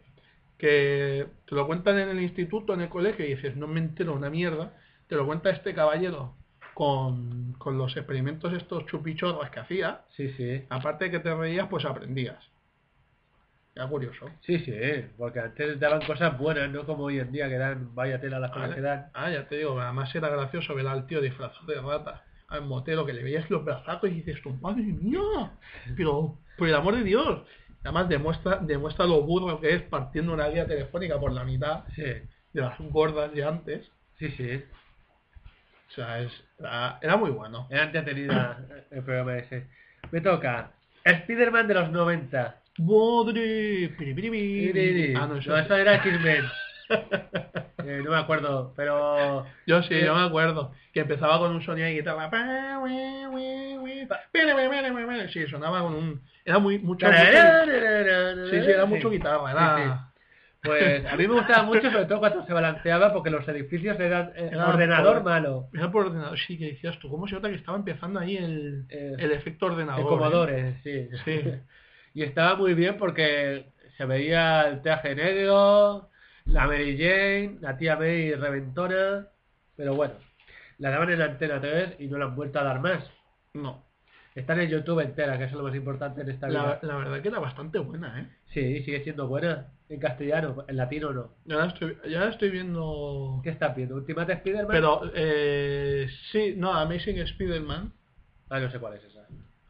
S4: que te lo cuentan en el instituto, en el colegio, y dices, no me entero una mierda. Te lo cuenta este caballero con, con los experimentos estos chupichorras que hacía.
S5: Sí, sí.
S4: Aparte de que te reías, pues aprendías. Era curioso.
S5: Sí, sí, porque antes daban cosas buenas, no como hoy en día que dan vaya tela las cosas que dan.
S4: Ah, ya te digo, además era gracioso ver al tío disfrazado de rata, al motero, que le veías los brazacos y dices, tu madre mía, pero por el amor de Dios. Además demuestra, demuestra lo burro que es partiendo una guía telefónica por la mitad
S5: Sí,
S4: de las gordas de antes.
S5: sí, sí.
S4: O sea, es- era, era muy bueno.
S5: Era entretenida eh, el programa ese. Me toca. Spider-Man de los 90.
S4: Madre, piri, piri,
S5: Sí,
S4: piri.
S5: sí, sí.
S4: Ah, no,
S5: no,
S4: eso-
S5: eso era X-Men. Eh, no me acuerdo, pero... eh,
S4: Yo sí, yo me acuerdo. Que empezaba con un sonido de guitarra. pa, we, we, we, pa, pere, pere, pere, pere, pere. Sí, sonaba con un... Era muy mucho... mucho- Sí, sí, era mucho guitarra. Era,
S5: Pues a mí me gustaba mucho, sobre todo cuando se balanceaba, porque los edificios eran eh,
S4: Era
S5: ordenador
S4: por-
S5: malo.
S4: era por ordenador. Sí, que decías tú, ¿cómo se nota que estaba empezando ahí el,
S5: Eh,
S4: el efecto ordenador?
S5: De
S4: eh?
S5: Comodores, sí.
S4: Sí.
S5: Y estaba muy bien porque se veía el traje negro, la Mary Jane, la tía May reventona, pero bueno, la daban en Antena 3 y no la han vuelto a dar más.
S4: No,
S5: Están en YouTube entera, que eso es lo más importante en esta
S4: la,
S5: vida.
S4: la verdad que era bastante buena, ¿eh?
S5: Sí, sigue siendo buena. En castellano, en latino no.
S4: Yo ahora estoy, yo ahora estoy viendo...
S5: ¿Qué estás viendo? ¿Ultimate Spider-Man?
S4: Pero, eh, sí, no, Amazing Spider-Man.
S5: Ah, no sé cuál es esa.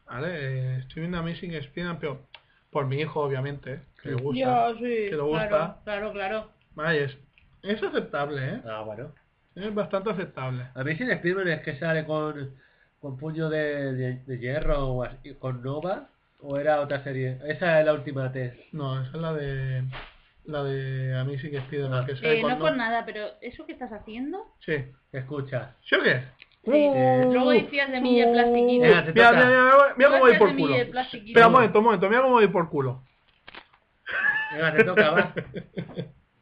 S4: Vale, eh, estoy viendo Amazing Spider-Man, pero por mi hijo, obviamente, que le gusta.
S9: sí,
S4: que le gusta.
S9: claro, claro, claro.
S4: Vale, es, es aceptable, ¿eh?
S5: Ah, bueno.
S4: Es bastante aceptable.
S5: A mí sin Spider-Man es que sale con, con puño de, de, de hierro o así, con Nova, o era otra serie. Esa es la última T.
S4: No, esa es la de la de Amazing Spider-Man
S5: Ah.
S4: que sale
S9: Eh,
S4: con
S9: no
S4: Nova.
S9: por nada, pero ¿eso que estás haciendo?
S4: Sí.
S5: Escucha.
S4: ¿Sí o qué?
S9: Sí. Luego decías de mí el plastiquito.
S5: Venga, te
S4: Mira,
S5: toca.
S4: mira, mira, mira cómo voy
S9: Gracias
S4: por
S9: de mi
S4: culo.
S9: de plastiquito.
S4: Espera un momento, un momento, mira cómo voy por culo.
S5: Venga, te toca, va.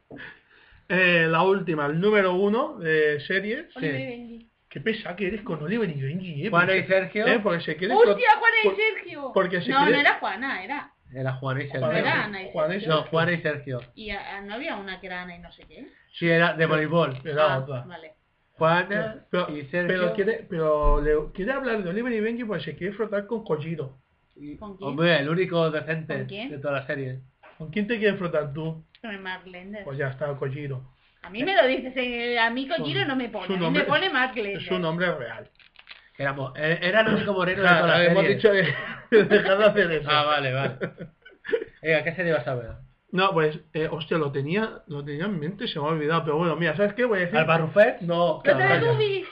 S4: Eh, la última, el número uno de series.
S9: Oliver
S4: Sí.
S9: Benji.
S4: Qué pesa que eres con Oliver y Benji, eh.
S5: Juana
S4: porque-
S5: y Sergio.
S4: eh, porque se quiere...
S9: ¡Hostia, Juana y
S4: por-
S9: Sergio!
S4: porque si
S9: no,
S4: quieres-
S9: no era Juana, era.
S5: Era Juana y
S4: Juana y-
S9: Era
S5: Sergio.
S9: Ana y
S4: Juana y
S9: Sergio.
S5: No, Juana y Sergio.
S9: Y ah, no había una que era Ana y no sé qué.
S5: Sí, era de voleibol.
S4: Era
S9: Ah,
S4: otra.
S9: Vale.
S5: Juana
S4: Pero,
S5: y Sergio.
S4: pero quiere, pero le- quiere hablar de Oliver y Benji porque se quiere frotar con Kojiro.
S5: Y-
S9: ¿Con quién?
S5: Hombre, el único decente
S9: ¿Con quién?
S5: de toda la serie.
S4: ¿Con quién te quieres frotar tú?
S9: Con el Mark Lender.
S4: Pues ya está, Kojiro.
S9: A mí me lo dices, eh, a mí Kojiro
S4: Su-
S9: no me
S4: su
S9: pone, a mí
S4: nombre-
S9: me pone Mark Lender.
S4: Es un nombre real.
S5: Éramos- eh, era el único moreno de
S4: Ah,
S5: toda la
S4: hemos
S5: serie.
S4: dicho de, dejar de hacer eso.
S5: Ah, vale, vale. Venga, ¿qué serie vas a ver?
S4: No, pues, eh, hostia, lo tenía, lo tenía en mente y se me ha olvidado. Pero bueno, mira, ¿sabes qué? Voy a decir.
S5: ¿Alba Rufet?
S4: No,
S10: ¡Que te
S4: claro, vaya.
S10: dedubi!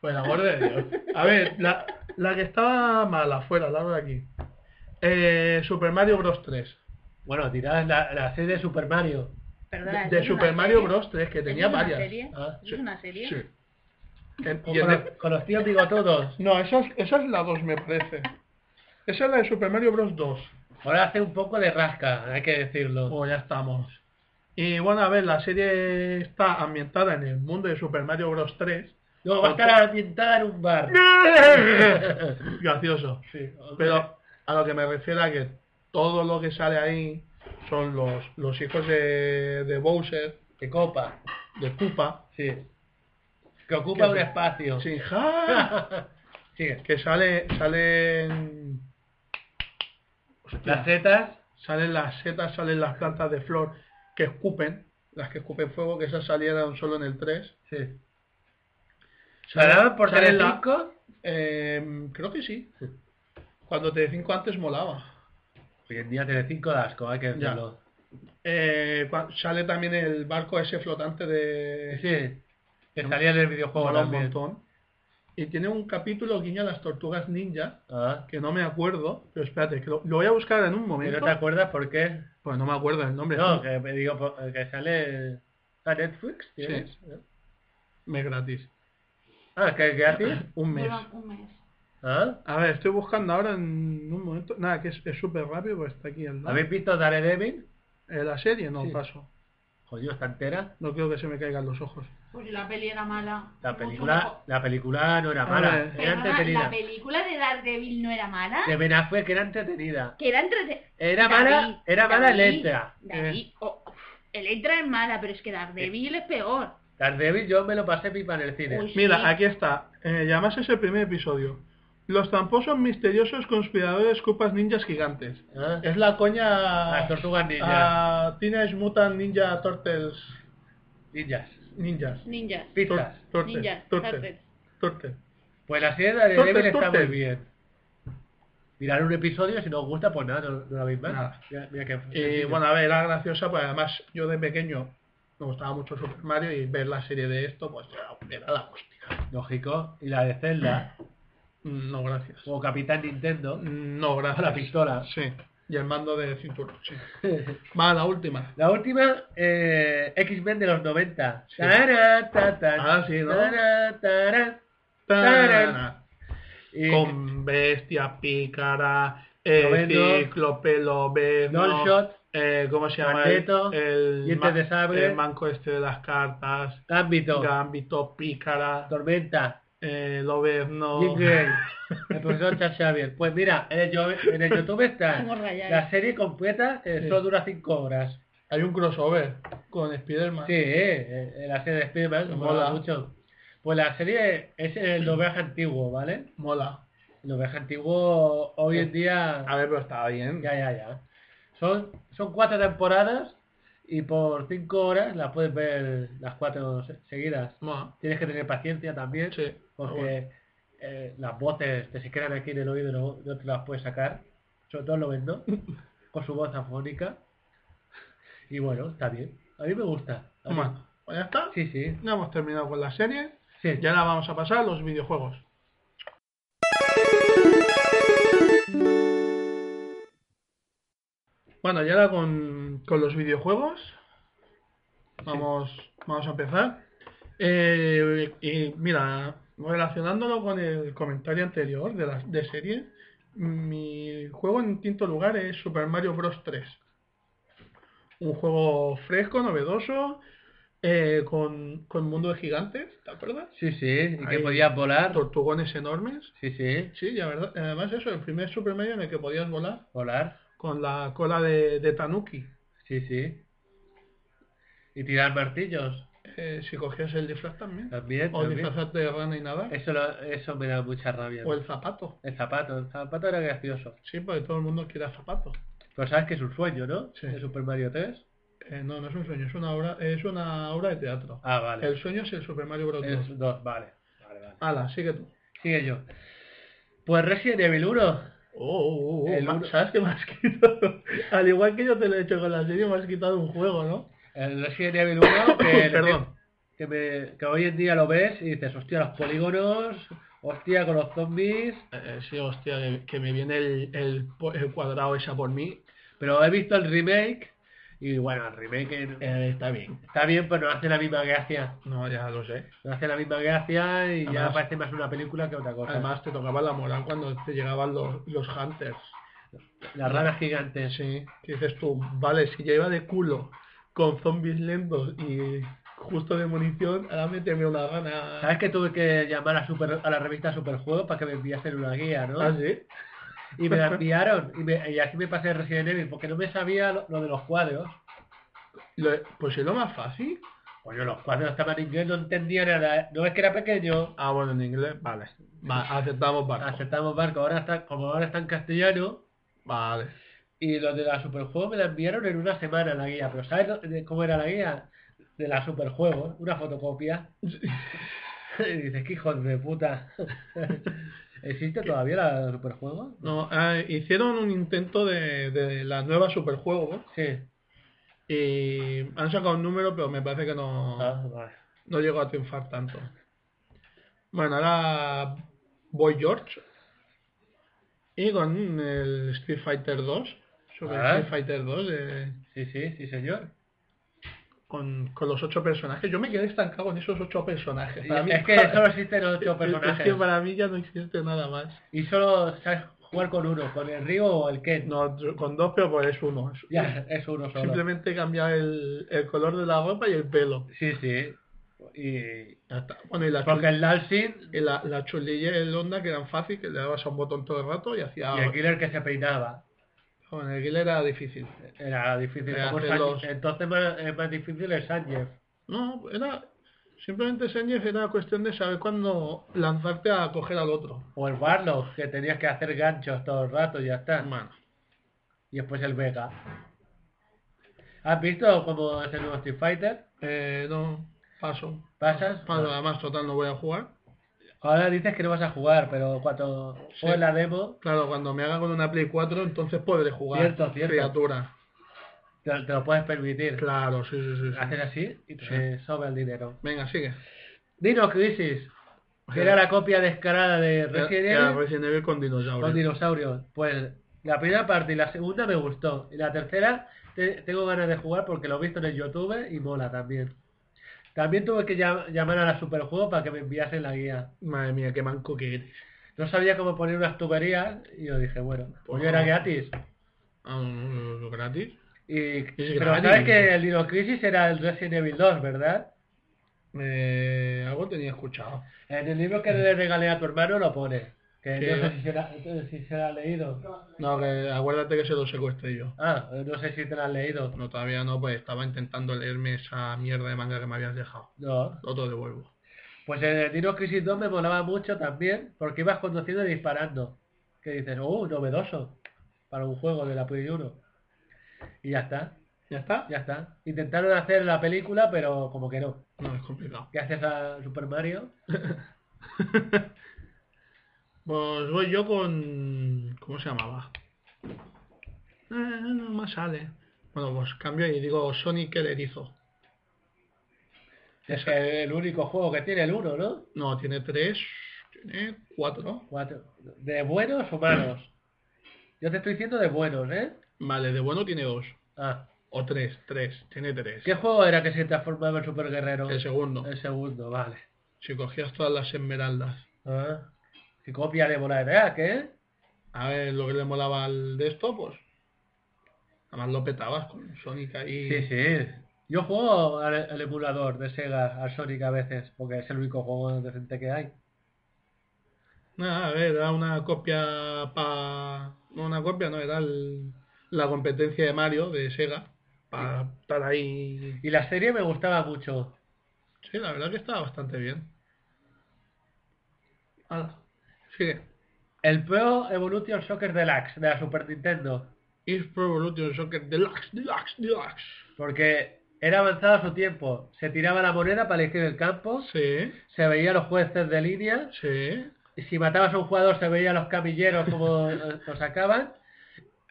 S4: Por el amor de Dios. A ver, la, la que estaba mala, fuera, la de aquí. Eh, Super Mario Bros. 3.
S5: Bueno, tirás la, la serie de Super Mario.
S10: Perdona,
S4: De,
S10: ¿eso
S4: de
S10: es
S4: Super
S10: una
S4: Mario
S10: serie?
S4: Bros. 3, que tenía
S10: ¿Eso es una
S4: varias.
S10: serie?
S5: Ah,
S10: ¿Eso ¿Es una serie?
S4: Sí. En-
S5: O
S4: y en
S5: con, los- con los tíos bigotudos.
S4: No, esa es, esa es la 2, me parece. Esa es la de Super Mario Bros. 2.
S5: Ahora hace un poco de rasca, hay que decirlo.
S4: Pues ya estamos. Y bueno, a ver, la serie está ambientada en el mundo de Super Mario Bros. 3.
S5: No, va a estar ambientada en un bar.
S4: Gracioso.
S5: Sí, hombre.
S4: Pero a lo que me refiero a que todo lo que sale ahí son los, los hijos de, de Bowser,
S5: Que copa.
S4: de Koopa,
S5: Sí. Que ocupa
S4: Que-
S5: un espacio.
S4: sin ja,
S5: Sigue.
S4: que sale, salen,
S5: Las setas.
S4: salen las setas, salen las plantas de flor que escupen, las que escupen fuego, que esas salieron solo en el 3.
S5: Sí. ¿Salaban por
S4: Salen la-
S5: Telecinco?
S4: Em, creo que sí. Cuando Telecinco antes molaba.
S5: Hoy en día Telecinco da asco, hay que decirlo.
S4: Eh, cua- sale también el barco ese flotante de...
S5: Sí. Que salía en el videojuego
S4: Mola un
S5: también.
S4: montón. Y tiene un capítulo guiño a las tortugas ninja,
S5: Ah,
S4: que no me acuerdo, pero espérate, que lo, lo voy a buscar en un
S5: ¿Que
S4: momento.
S5: no te acuerdas por qué?
S4: Pues no me acuerdo el nombre.
S5: No, que me digo po- que sale a Netflix, ¿tienes?
S4: Sí. Me gratis.
S5: Ah, que gratis.
S4: Un mes.
S9: Dura un mes.
S5: ¿Ah?
S4: A ver, estoy buscando ahora en un momento. Nada, que es es súper rápido, pues está aquí al lado.
S5: ¿Habéis visto Daredevil?
S4: Eh, la serie, no,
S5: Sí.
S4: paso.
S5: Jodido, está entera.
S4: No creo que se me caigan los ojos.
S9: Pues la peli era mala.
S5: La
S9: Mucho
S5: película,
S9: mejor.
S5: la película no era
S4: A
S5: mala,
S4: ver.
S5: era
S9: Perdona,
S5: entretenida.
S9: La película de Daredevil no era mala.
S5: De Ben Affleck era entretenida.
S9: Que era entretenida.
S5: Era mala, era mala el Electra.
S4: Eh,
S9: David, oh, el Electra es mala, pero es que Daredevil es peor.
S5: Daredevil yo me lo pasé pipa en el cine.
S9: Uy,
S4: Mira,
S9: sí.
S4: aquí está. Eh, y además es el primer episodio. Los tramposos misteriosos conspiradores cupas ninjas gigantes.
S5: ¿Ah?
S4: Es la coña...
S5: Las tortugas ninjas.
S4: a Teenage Mutant Ninja Turtles
S5: Ninjas.
S4: Ninjas.
S9: Ninjas.
S4: Tur-
S5: Pizzas.
S4: Turtles.
S9: Ninjas.
S4: Turtles.
S9: Turtles.
S4: Turtles.
S5: Pues la serie de Daredevil
S4: Torte,
S5: está
S4: torte.
S5: muy bien. Mirar un episodio, si no os gusta, pues nada, no, no lo habéis más.
S4: Nada.
S5: Mira, mira que
S4: Y Eh, bueno, a ver, era graciosa, pues además yo de pequeño me gustaba mucho Super Mario y ver la serie de esto, pues era, era la hostia.
S5: lógico. Y la de Zelda,
S4: Mm, No, gracias.
S5: como Capitán Nintendo.
S4: Mm, No, gracias.
S5: La pistola.
S4: Sí. Y el mando de cinturón, sí. Va, la última.
S5: La última, eh, X-Men de los 90.
S4: Sí.
S5: Tará, ta, ta,
S4: Ah, sí, ¿no?
S5: tará, tará.
S4: Tararán.
S5: Y
S4: Con bestia, pícara, eh,
S5: Lobezno.
S4: cíclope, lobezno,
S5: Longshot.
S4: eh, ¿cómo se llama?
S5: Magneto.
S4: el, el,
S5: Dientes de sable.
S4: el manco este de las cartas,
S5: Gambito,
S4: Gambito, Pícara,
S5: Tormenta,
S4: eh, Lobezno,
S5: Jim Grey, el profesor Charles Xavier. Pues mira, en el, yo- en el YouTube está
S9: Somos rayados.
S5: la serie completa, que
S4: Sí.
S5: solo dura 5 horas.
S4: Hay un crossover con Spiderman.
S5: Sí, eh, eh, la serie de Spider-Man, que mola
S4: Mola.
S5: mucho. Pues la serie es el doblaje antiguo, ¿vale?
S4: Mola.
S5: El doblaje antiguo hoy en día...
S4: A ver, pero estaba bien.
S5: Ya, ya, ya. Son, son cuatro temporadas y por cinco horas las puedes ver las cuatro se- seguidas.
S4: Mola.
S5: Tienes que tener paciencia también,
S4: Sí.
S5: porque
S4: Ah, Bueno.
S5: eh, las voces te se quedan aquí en el oído y no, no te las puedes sacar. Sobre todo lo vendo, con su voz afónica. Y bueno, está bien. A mí me gusta. A mí-
S4: Bueno, pues ya está.
S5: Sí, sí.
S4: Ya hemos terminado con la serie.
S5: sí.
S4: Y ahora vamos a pasar a los videojuegos. Bueno, y ahora con, con los videojuegos. Vamos, vamos a empezar. Eh, y mira, relacionándolo con el comentario anterior de, la, de serie, mi juego en quinto lugar es Super Mario Bros. 3. Un juego fresco, novedoso, eh, con, con mundo de gigantes, ¿te acuerdas?
S5: Sí, sí. Y que
S4: Ahí.
S5: podías volar.
S4: tortugones enormes.
S5: Sí, sí.
S4: Sí, y la verdad, además eso, el primer Super Mario en el que podías volar
S5: Volar.
S4: con la cola de, de Tanuki.
S5: Sí, sí. Y tirar martillos.
S4: Eh, si cogías el disfraz también.
S5: También.
S4: O
S5: también.
S4: disfrazarte de rana y nada.
S5: Eso, lo- eso me da mucha rabia.
S4: O el zapato.
S5: El zapato, el zapato era gracioso.
S4: Sí, porque todo el mundo quiere zapato.
S5: Pero sabes que es un sueño, ¿no?
S4: Sí.
S5: De Super Mario 3.
S4: Eh, no, no es un sueño, es una obra, es una obra de teatro.
S5: Ah, vale.
S4: El sueño es el Super Mario Bros.
S5: Es
S4: 2.
S5: dos, vale. Vale, vale.
S4: Ala, sigue tú.
S5: Sigue yo. Pues Resident Evil 1.
S4: Oh, oh, oh,
S5: El
S4: ma-
S5: uno-
S4: ¿Sabes qué me has quitado? Al igual que yo te lo he hecho con la serie, me has quitado un juego, ¿no?
S5: El Resident Evil 1, que,
S4: Perdón.
S5: que, me- que hoy en día lo ves y dices, hostia, los polígonos, hostia, con los zombies.
S4: Eh, eh, sí, hostia, que, que me viene el, el po- el cuadrado esa por mí.
S5: Pero he visto el remake y bueno, el remake eh, eh, está bien. Está bien, pero no hace la misma gracia.
S4: No, ya lo sé.
S5: No hace la misma gracia y ya
S4: Además-
S5: parece más una película que otra cosa.
S4: Además, te tocaba la moral cuando te llegaban los, los hunters.
S5: Las ranas gigantes.
S4: Sí, que dices tú, vale, si ya iba de culo con zombies lentos y justo de munición, ahora méteme una gana.
S5: ¿Sabes que tuve que llamar a, super, a la revista Superjuegos para que me enviasen una guía, no?
S4: ¿Ah, sí?
S5: Y me la enviaron. Y, me- y así me pasé Resident Evil, porque no me sabía lo, lo de los cuadros.
S4: Lo- pues es lo más fácil.
S5: Coño, los cuadros estaban en inglés, no entendía nada. ¿eh? No es que era pequeño.
S4: Ah, bueno, en inglés, vale. Va, aceptamos barco.
S5: Aceptamos barco. Ahora está, como ahora está en castellano,
S4: Vale.
S5: y los de la Superjuego me la enviaron en una semana la guía. Pero ¿sabes lo- de cómo era la guía? De la Superjuego, una fotocopia. y dices, que hijos de puta. ¿Existe todavía la Superjuego?
S4: No, ah, hicieron un intento de, de la nueva superjuego
S5: Sí.
S4: y Eh, han sacado un número, pero me parece que no,
S5: Ah, vale.
S4: no llegó a triunfar tanto. Bueno, ahora voy George y con el Street Fighter 2, sobre
S5: Ah.
S4: Street Fighter 2, eh,
S5: Sí, sí, sí, señor.
S4: con, con los ocho personajes. Yo me quedé estancado en esos ocho personajes.
S5: Y
S4: Para mí-
S5: es que solo existen ocho
S4: Es que
S5: personajes.
S4: para mí ya no existe nada más.
S5: Y solo sabes jugar con uno, con el Ryu o el Ken.
S4: No, con dos, pero pues es uno. Es-
S5: Ya, es uno solo.
S4: Simplemente cambiar el, el color de la ropa y el pelo.
S5: Sí, sí. Y...
S4: Ya está. Bueno, y la,
S5: Porque
S4: chulilla
S5: el Dalsin
S4: y la, la chulilla y el onda que eran fácil, que le dabas a un botón todo el rato y hacía...
S5: y el Killer que se peinaba.
S4: Con el Gil era difícil.
S5: Era difícil.
S4: Era
S5: como
S4: hacer
S5: Sánchez.
S4: los-
S5: Entonces más- es más difícil el Sánchez.
S4: No, era... Simplemente Sánchez era cuestión de saber cuándo lanzarte a coger al otro.
S5: O el Barlow, que tenías que hacer ganchos todo el rato y ya está.
S4: Bueno,
S5: Y después el Vega. ¿Has visto cómo es el nuevo Street Fighter?
S4: eh, no, paso.
S5: ¿Pasas?
S4: Paso, además, total, no voy a jugar.
S5: Ahora dices que no vas a jugar, pero cuando juegues la demo,
S4: Claro, cuando me haga con una Play 4, entonces podré jugar.
S5: Cierto, cierto.
S4: Criatura.
S5: te, te lo puedes permitir.
S4: Claro, sí, sí, sí. sí.
S5: Haces así y te sobra el dinero.
S4: Venga, sigue.
S5: Dino Crisis, que era la copia descarada de Resident
S4: Era- era
S5: Evil
S4: Resident Evil con dinosaurios.
S5: con dinosaurios. Pues la primera parte y la segunda me gustó. Y la tercera te- tengo ganas de jugar porque lo he visto en el YouTube y mola también. También tuve que llam- llamar a la Superjuego para que me enviasen la guía.
S4: Madre mía, qué manco que eres.
S5: No sabía cómo poner unas tuberías y yo dije, bueno, pues yo era
S4: Oh.
S5: gratis.
S4: Ah, no, no, no, gratis.
S5: Y, pero
S4: gratis.
S5: sabes que el Dino Crisis era el Resident Evil 2, ¿verdad?
S4: Eh, algo tenía escuchado.
S5: En el libro que le regalé a tu hermano lo pone. Que
S4: Que-
S5: no sé si se la- si se la ha leído.
S4: No, que acuérdate que se lo secuestré yo.
S5: Ah, no sé si te la has leído.
S4: No, todavía no, pues estaba intentando leerme esa mierda de manga que me habías dejado.
S5: No.
S4: Lo te devuelvo.
S5: Pues en el Dino Crisis 2 me molaba mucho también porque ibas conduciendo y disparando. Que dices, uh, novedoso. Para un juego de la Play 1. Y ya está,
S4: ¿Ya está?
S5: ya está. Intentaron hacer la película, pero como que no.
S4: No, es complicado.
S5: ¿Qué haces a Super Mario?
S4: Pues voy yo con... ¿Cómo se llamaba? Eh, no más sale. Bueno, pues cambio y digo Sonic el erizo.
S5: Es que el único juego que tiene el 1, ¿no?
S4: No, tiene tres, tiene cuatro.
S5: Cuatro. ¿De buenos o malos? Yo te estoy diciendo de buenos, ¿eh?
S4: Vale, de bueno tiene dos.
S5: Ah.
S4: O tres, tres, tiene tres.
S5: ¿Qué juego era que se transformaba en Super Guerrero?
S4: El segundo.
S5: El segundo, vale.
S4: Si cogías todas las esmeraldas.
S5: Ah. Que copia de Bola de Drag, ¿eh?
S4: A ver, lo que le molaba al de esto, pues. Además lo petabas con Sonic ahí.
S5: Sí, sí. Yo juego al, al emulador de Sega, al Sonic a veces, porque es el único juego decente que hay.
S4: Nada, a ver, era una copia pa. No, una copia, no, era el- la competencia de Mario, de Sega. Para estar ahí.
S5: Y la serie me gustaba mucho.
S4: Sí, la verdad que estaba bastante bien.
S5: Ah,
S4: Hala, sigue.
S5: El Pro Evolution Soccer Deluxe de la Super Nintendo.
S4: Is Pro Evolution Soccer Deluxe, Deluxe, Deluxe.
S5: Porque era avanzado su tiempo. Se tiraba la moneda para elegir el campo.
S4: Sí,
S5: Se veía los jueces de línea.
S4: sí.
S5: si matabas a un jugador se veían los camilleros como lo lo sacaban.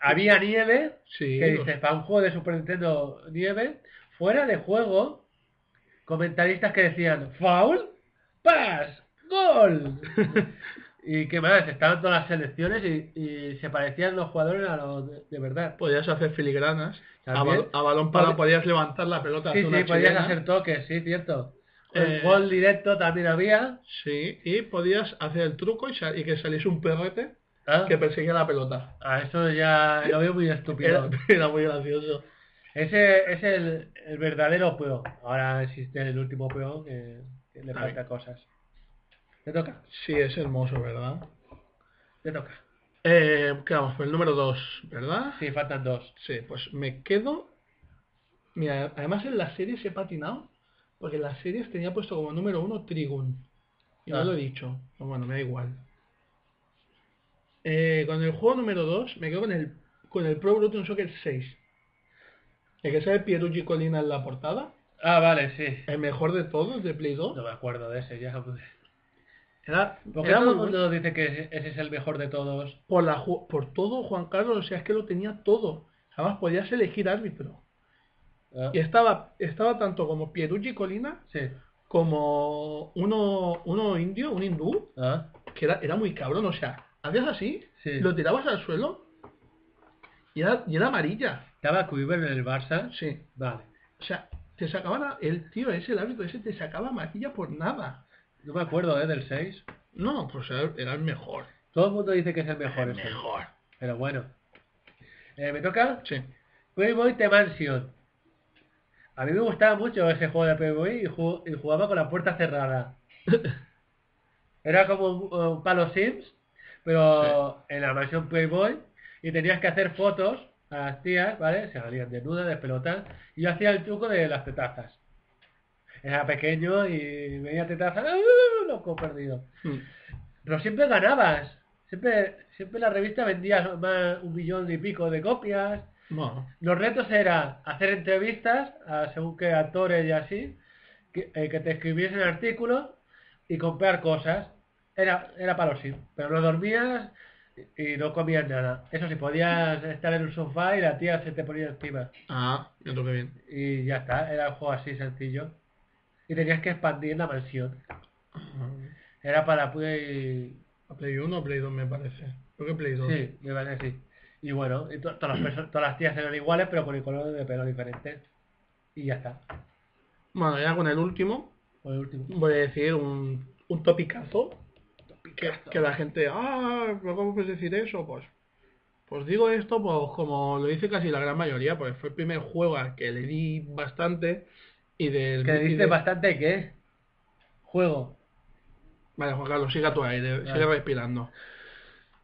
S5: Había nieve,
S4: Sí,
S5: que
S4: lo-
S5: dices, para un juego de Super Nintendo nieve, fuera de juego, comentaristas que decían, foul, pass, gol. y qué más, estaban todas las selecciones y, y se parecían los jugadores a los de, de verdad.
S4: podías hacer filigranas. A,
S5: También.
S4: bal- a balón parado
S5: Pod-
S4: podías levantar la pelota.
S5: Sí,
S4: hacer ah, una
S5: sí, podías
S4: chilena.
S5: hacer toques, sí, cierto. El
S4: Eh,
S5: gol directo también había.
S4: Sí, y podías hacer el truco y, sa- y que saliese un perrete
S5: Ah,
S4: que perseguía la pelota.
S5: ah, eso ya lo veo muy
S4: Era,
S5: estúpido.
S4: era muy gracioso.
S5: Ese es el, el verdadero peón. Ahora existe el último peón que, que
S4: Ah.
S5: le falta cosas. Te toca,
S4: Sí, es hermoso, ¿verdad?
S5: te toca.
S4: Eh, quedamos por el número 2, ¿verdad?
S5: Sí, faltan dos.
S4: Sí, pues me quedo. Mira, además en las series he patinado, porque en las series tenía puesto como número uno Trigun. Y no
S5: Ah.
S4: lo he dicho. Pero bueno, me da igual. Eh, con el juego número 2 me quedo con el, con el Pro Evolution Soccer 6. El que sale Pierucci Colina en la portada.
S5: Ah, vale, sí.
S4: El mejor de todos de Play 2.
S5: No me acuerdo de ese, ya. Porque
S4: Era, era
S5: todo
S4: muy
S5: el
S4: bueno.
S5: mundo dice que ese- ese es el mejor de todos.
S4: por, la, ju- por todo Juan Carlos, o sea, es que lo tenía todo. Además podías elegir árbitro.
S5: Ah,
S4: Y estaba, estaba tanto como Pierucci Colina
S5: Sí.
S4: como uno, uno indio, un hindú,
S5: Ah,
S4: que era, era muy cabrón, o sea, hacías así,
S5: Sí.
S4: lo tirabas al suelo y era, y era amarilla,
S5: ¿Estaba Cuiver en el Barça?
S4: sí.
S5: Vale.
S4: O sea, te sacaban a- el tío ese, el árbitro ese, te sacaba amarilla por nada.
S5: No me acuerdo, ¿eh? Del 6.
S4: No, pues era, era el mejor.
S5: Todo el mundo dice que es el mejor ese. Pero bueno. Eh, ¿Me toca?
S4: Sí.
S5: Playboy The Mansion. A mí me gustaba mucho ese juego de Playboy y, ju- y jugaba con la puerta cerrada. Era como un, un palo Sims, pero en la mansión Playboy. Y tenías que hacer fotos a las tías, ¿vale? Se salían desnudas, despelotadas. Y yo hacía el truco de las tetazas. Era pequeño y veía tetazas. ¡ah! Loco perdido.
S4: Mm.
S5: Pero siempre ganabas. Siempre, siempre la revista vendía más un millón y pico de copias.
S4: Bueno,
S5: Los retos eran hacer entrevistas a según qué actores y así, que, eh, que te escribiesen artículos y comprar cosas. Era, era para los sí, pero no dormías y, y no comías nada. Eso sí, podías estar en un sofá y la tía se te ponía encima.
S4: ah, me toqué bien.
S5: Y ya está, era un juego así sencillo. Y tenías que expandir la mansión. Era para pues, Play...
S4: A Play 1 o Play 2 me parece. Creo que Play 2.
S5: Sí, me parece que sí. Y bueno, y to- todas, las perso- todas las tías eran iguales, pero con el color de pelo diferente. Y ya está.
S4: Bueno, ya con el último,
S5: Por el último.
S4: voy a decir un, un topicazo, que, que la gente, ah, ¿pero cómo puedes decir eso? Pues, pues digo esto, pues como lo dice casi la gran mayoría, pues fue el primer juego al que le di bastante y del...
S5: Que le
S4: y
S5: diste
S4: de-
S5: bastante que juego.
S4: Vale, Juan Carlos, siga tú ahí, de-
S5: Vale.
S4: sigue respirando.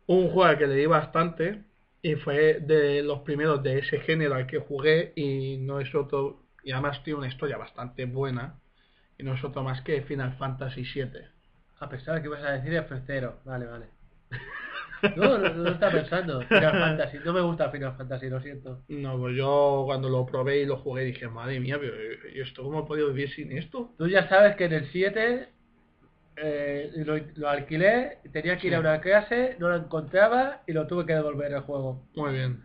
S4: Un juego al que le di bastante y fue de los primeros de ese género al que jugué y no es otro, y además tiene una historia bastante buena y no es otro más que Final Fantasy VII.
S5: A pesar de que ibas a decir el festero. Vale, vale. No, no, no está pensando. Final Fantasy. No me gusta Final Fantasy, lo siento.
S4: No, pues yo cuando lo probé y lo jugué dije, madre mía, pero eh, ¿y esto cómo he podido vivir sin esto?
S5: Tú ya sabes que en el 7 eh, lo, lo alquilé, tenía que ir a
S4: Sí.
S5: una clase, no lo encontraba y lo tuve que devolver el juego.
S4: Muy bien.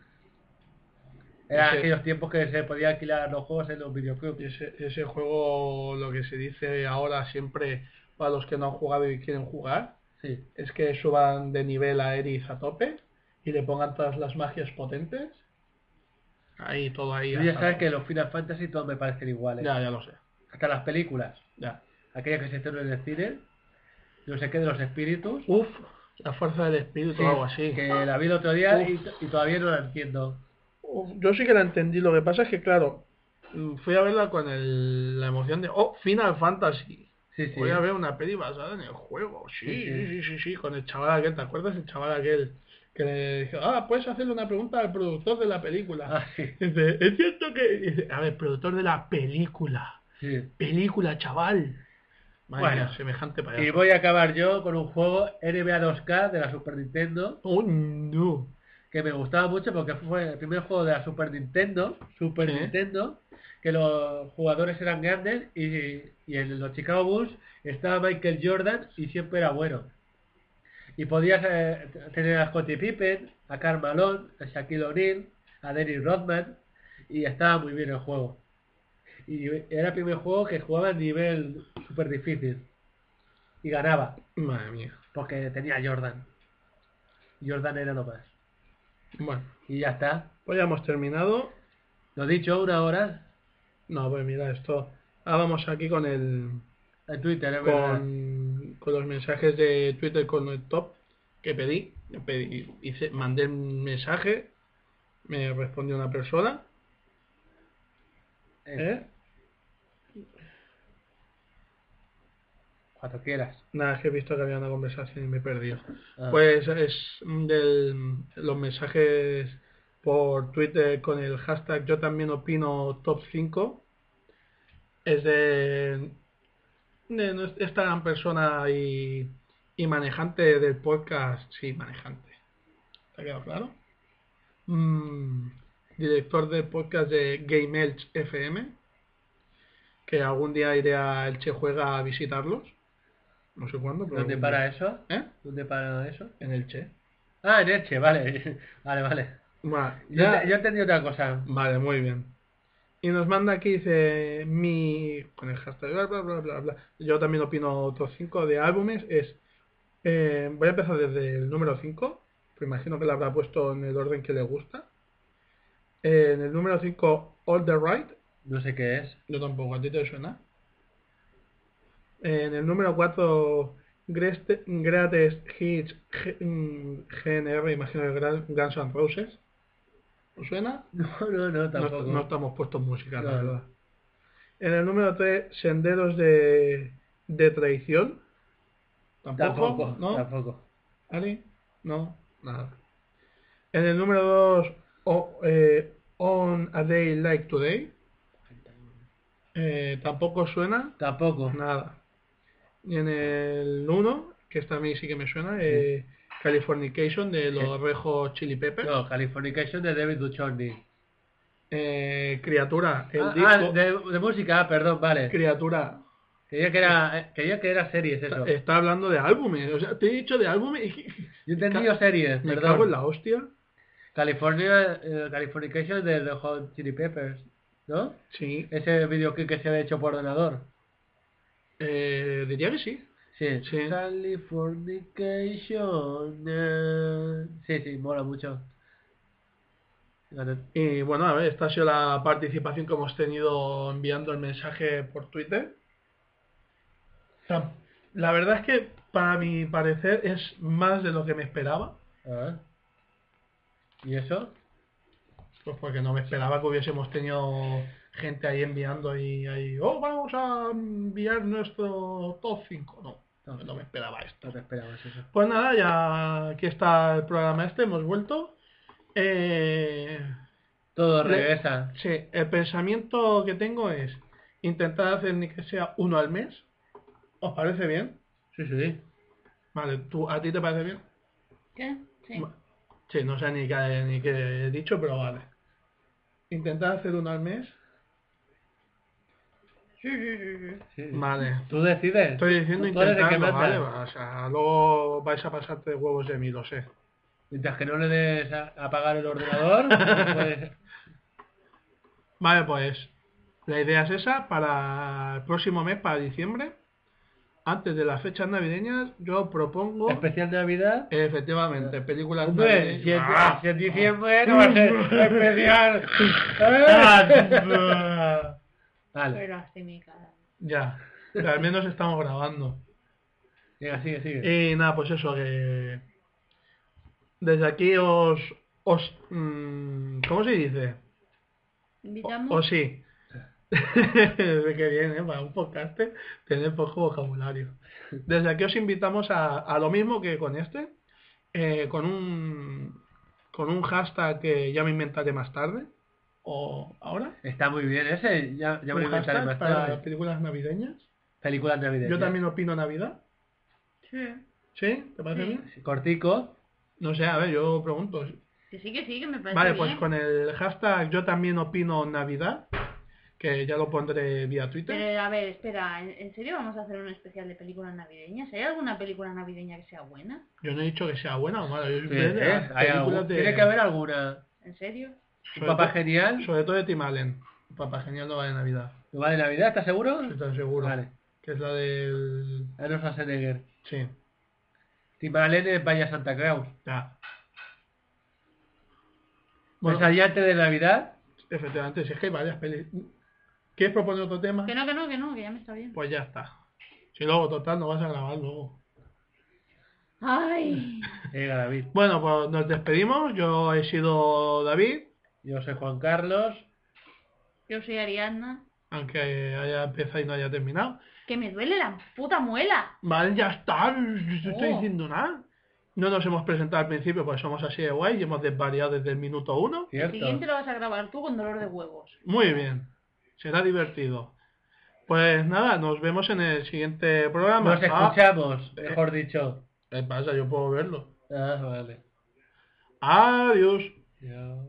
S5: Eran
S4: Ese-
S5: aquellos tiempos que se podía alquilar los juegos en los
S4: Y
S5: videoclubs.
S4: ese, ese juego, lo que se dice ahora siempre para los que no han jugado y quieren jugar,
S5: Sí.
S4: es que suban de nivel a Eris a tope y le pongan todas las magias potentes. Ahí, todo ahí.
S5: Tú ya
S4: hasta-
S5: sabes que los Final Fantasy todos me parecen iguales.
S4: Ya, ya lo sé.
S5: Hasta las películas.
S4: Ya.
S5: aquella que se hicieron en el cine, no sé qué, de los espíritus.
S4: Uf, la fuerza del espíritu
S5: Sí,
S4: Uh, o algo así.
S5: Que la vi el otro día y,
S4: Uf.
S5: y todavía no la entiendo.
S4: Yo sí que la entendí, lo que pasa es que, claro, mm, fui a verla con el- la emoción de, oh, Final Fantasy.
S5: Sí, sí.
S4: Voy a ver una peli basada en el juego. Sí,
S5: Sí,
S4: sí,
S5: sí.
S4: sí, sí, sí, con el chaval aquel, ¿te acuerdas? El chaval aquel que le dijo, ah, puedes hacerle una pregunta al productor de la película.
S5: Ah, sí,
S4: Dice, es cierto que... y dice, a ver, productor de la película.
S5: sí.
S4: Película, chaval. Madre
S5: Bueno.
S4: mía, semejante payaso.
S5: Y voy a acabar yo con un juego NBA 2K de la Super Nintendo
S4: Oh, no.
S5: que me gustaba mucho porque fue el primer juego de la Super Nintendo, Super
S4: Sí.
S5: Nintendo, que los jugadores eran grandes y, y en los Chicago Bulls estaba Michael Jordan y siempre era bueno.
S2: Y podías eh, t- tener a Scottie Pippen, a Karl Malone, a Shaquille O'Neal, a Dennis Rodman, y estaba muy bien el juego. Y era el primer juego que jugaba a nivel súper difícil. Y ganaba,
S4: Madre mía.
S2: porque tenía a Jordan. Jordan era lo más.
S4: Bueno,
S2: Y ya está.
S4: pues ya hemos terminado.
S2: Lo dicho, una hora
S4: No, pues mira esto. Ahora vamos aquí con el
S2: en Twitter, es verdad.
S4: con, con los mensajes de Twitter con el top que pedí. pedí hice, mandé un mensaje, me respondió una persona.
S2: Eh,
S4: ¿eh?
S2: Cuando quieras.
S4: Nada, es que he visto que había una conversación y me he perdido.
S2: Ah.
S4: Pues es del, los mensajes por Twitter con el hashtag yo también opino top 5. Es de, de nues- esta gran persona y, y manejante del podcast. Sí, manejante. ¿Te ha quedado claro? Mm, director del podcast de Game Elch FM. Que algún día iré a Elche Juega a visitarlos. No sé cuándo, pero
S2: ¿Dónde
S4: algún
S2: para
S4: día.
S2: eso?
S4: ¿Eh?
S2: ¿Dónde para eso?
S4: En Elche.
S2: Ah, en Elche, vale. Vale, vale.
S4: Bueno,
S2: Yo,
S4: ya-
S2: te- yo entendí otra cosa.
S4: Vale, muy bien. Y nos manda aquí, dice, mi... con el hashtag, bla, bla, bla, bla, bla. Yo también opino otros 5 de álbumes. Es, eh, voy a empezar desde el número 5, pero imagino que la habrá puesto en el orden que le gusta. Eh, en el número 5, All the Right.
S2: No sé qué es.
S4: Yo tampoco, ¿a ti te suena? Eh, en el número 4, Greatest Hits G- mm, GNR, imagino que Gra- Guns N' Roses. ¿Os suena?
S2: No, no, no,
S4: No,
S2: tampoco.
S4: no estamos puestos musicales, la
S2: Claro.
S4: verdad. En el número 3, Senderos de, de Traición. Tampoco,
S2: tampoco,
S4: ¿no?
S2: tampoco.
S4: ¿Ali? No, nada. En el número 2, On a Day Like Today. Eh, tampoco suena,
S2: Tampoco.
S4: nada. Y en el 1, que esta a mí sí que me suena, eh, Californication de los Rejos Chili Peppers.
S2: No, Californication de David Duchovny.
S4: Eh, Criatura, el
S2: Ah,
S4: disco.
S2: ah, de, de música, ah, perdón, vale.
S4: Criatura,
S2: Creía que era, eh, creía que era series eso.
S4: Está hablando de álbumes, o sea, te he dicho de álbumes y
S2: Yo entendí series,
S4: me
S2: perdón.
S4: cago en la hostia.
S2: California, eh, Californication de The Hot Chili Peppers, ¿no?
S4: Sí,
S2: Ese videoclip que se había hecho por ordenador.
S4: eh, diría que sí.
S2: Sí.
S4: Sí.
S2: Californication. eh. Sí, sí, mola mucho. Fíjate.
S4: Y bueno, a ver, esta ha sido la participación que hemos tenido enviando el mensaje por Twitter. Tam- La verdad es que, para mi parecer, es más de lo que me esperaba.
S2: Ah. ¿Y eso?
S4: Pues porque no me esperaba que hubiésemos tenido gente ahí enviando y ahí, oh, vamos a enviar nuestro top 5. No, no me esperaba esto.
S2: No te esperabas eso.
S4: Pues nada, ya aquí está el programa este, hemos vuelto. Eh,
S2: Todo
S4: Le-
S2: regresa.
S4: sí, el pensamiento que tengo es intentar hacer ni que sea uno al mes. ¿Os parece bien?
S2: Sí, sí.
S4: Vale, ¿tú, ¿a ti te parece bien?
S9: ¿Qué? Sí.
S4: Ma- Sí, no sé ni qué, ni qué he dicho, pero vale. Intentar hacer uno al mes.
S9: Sí, sí, sí, sí.
S2: sí.
S4: Vale.
S2: Tú decides.
S4: Estoy diciendo
S2: Tú eres el que
S4: intentarlo,
S2: manda.
S4: vale. O sea, luego vais a pasarte huevos de mí, lo sé.
S2: Mientras que no le des a a apagar el ordenador, pues
S4: Vale, pues la idea es esa para el próximo mes, para diciembre, antes de las fechas navideñas, yo propongo
S2: especial Navidad.
S4: efectivamente películas
S2: Hombre, si es,
S4: navideñas. ¡Ah!
S2: si es diciembre no va a ser especial. ¿Eh?
S4: Ah,
S2: Vale,
S9: Pero así mi cara.
S4: ya, pero al menos estamos grabando.
S2: venga, sigue, sigue.
S4: Y nada, pues eso, que desde aquí os... os mm, ¿Cómo se dice?
S9: Invitamos.
S4: O sí. Qué bien, ¿eh? Para un podcast tener poco vocabulario. Desde aquí os invitamos a, a lo mismo que con este, eh, con un con un hashtag que ya me inventaré más tarde, o ahora,
S2: Está muy bien ese, ya, ya me lo
S4: un
S2: inventaré
S4: hashtag
S2: más
S4: para
S2: tarde.
S4: películas navideñas.
S2: Películas navideñas.
S4: Yo también opino Navidad.
S9: Sí.
S4: ¿Sí? ¿Te parece
S9: Sí.
S4: bien?
S2: Cortico.
S4: No sé, a ver, yo pregunto.
S9: Que sí, que sí, que me parece
S4: Vale,
S9: bien.
S4: pues con el hashtag yo también opino Navidad que ya lo pondré vía Twitter.
S9: Pero a ver, espera, ¿en, en serio vamos a hacer un especial de películas navideñas? ¿Hay alguna película navideña que sea buena?
S4: Yo no he dicho que sea buena o mala, yo
S2: Sí,
S4: siempre
S2: ¿eh?
S4: las
S2: Hay
S4: películas
S2: algún-
S4: de-
S2: Tiene que haber alguna.
S9: ¿En serio?
S4: sobre,
S2: Papá
S4: todo,
S2: Genial.
S4: sobre todo de Tim Allen. Papá Genial no va de Navidad,
S2: ¿Va de Navidad? ¿Estás seguro?
S4: estoy tan seguro.
S2: Vale.
S4: Que es la del...
S2: Arnold Schwarzenegger.
S4: Sí,
S2: Tim Allen es Vaya Santa Claus.
S4: ya.
S2: Bueno.
S4: Bueno,
S2: antes de Navidad.
S4: efectivamente, si es que hay varias pelis. ¿Quieres proponer otro tema?
S9: Que no, que no, que no, que ya me está bien.
S4: Pues ya está. Si luego, total, no vas a grabar luego.
S9: ¡Ay!
S2: Llega David.
S4: Bueno, pues nos despedimos. Yo he sido David,
S2: Yo soy Juan Carlos.
S9: Yo soy Ariadna.
S4: aunque haya empezado y no haya terminado.
S9: Que me duele la puta muela.
S4: Vale, ya está. No estoy
S9: Oh.
S4: diciendo nada. No nos hemos presentado al principio porque somos así de guay y hemos desvariado desde el minuto uno.
S9: El
S2: ¿Cierto?
S9: siguiente lo vas a grabar tú con dolor de huevos.
S4: Muy bien. Será divertido. Pues nada, nos vemos en el siguiente programa. Eh,
S2: Nos escuchamos, mejor dicho.
S4: Ah, ¿Qué pasa? Yo puedo verlo.
S2: Ah, vale.
S4: Adiós.
S2: Yo-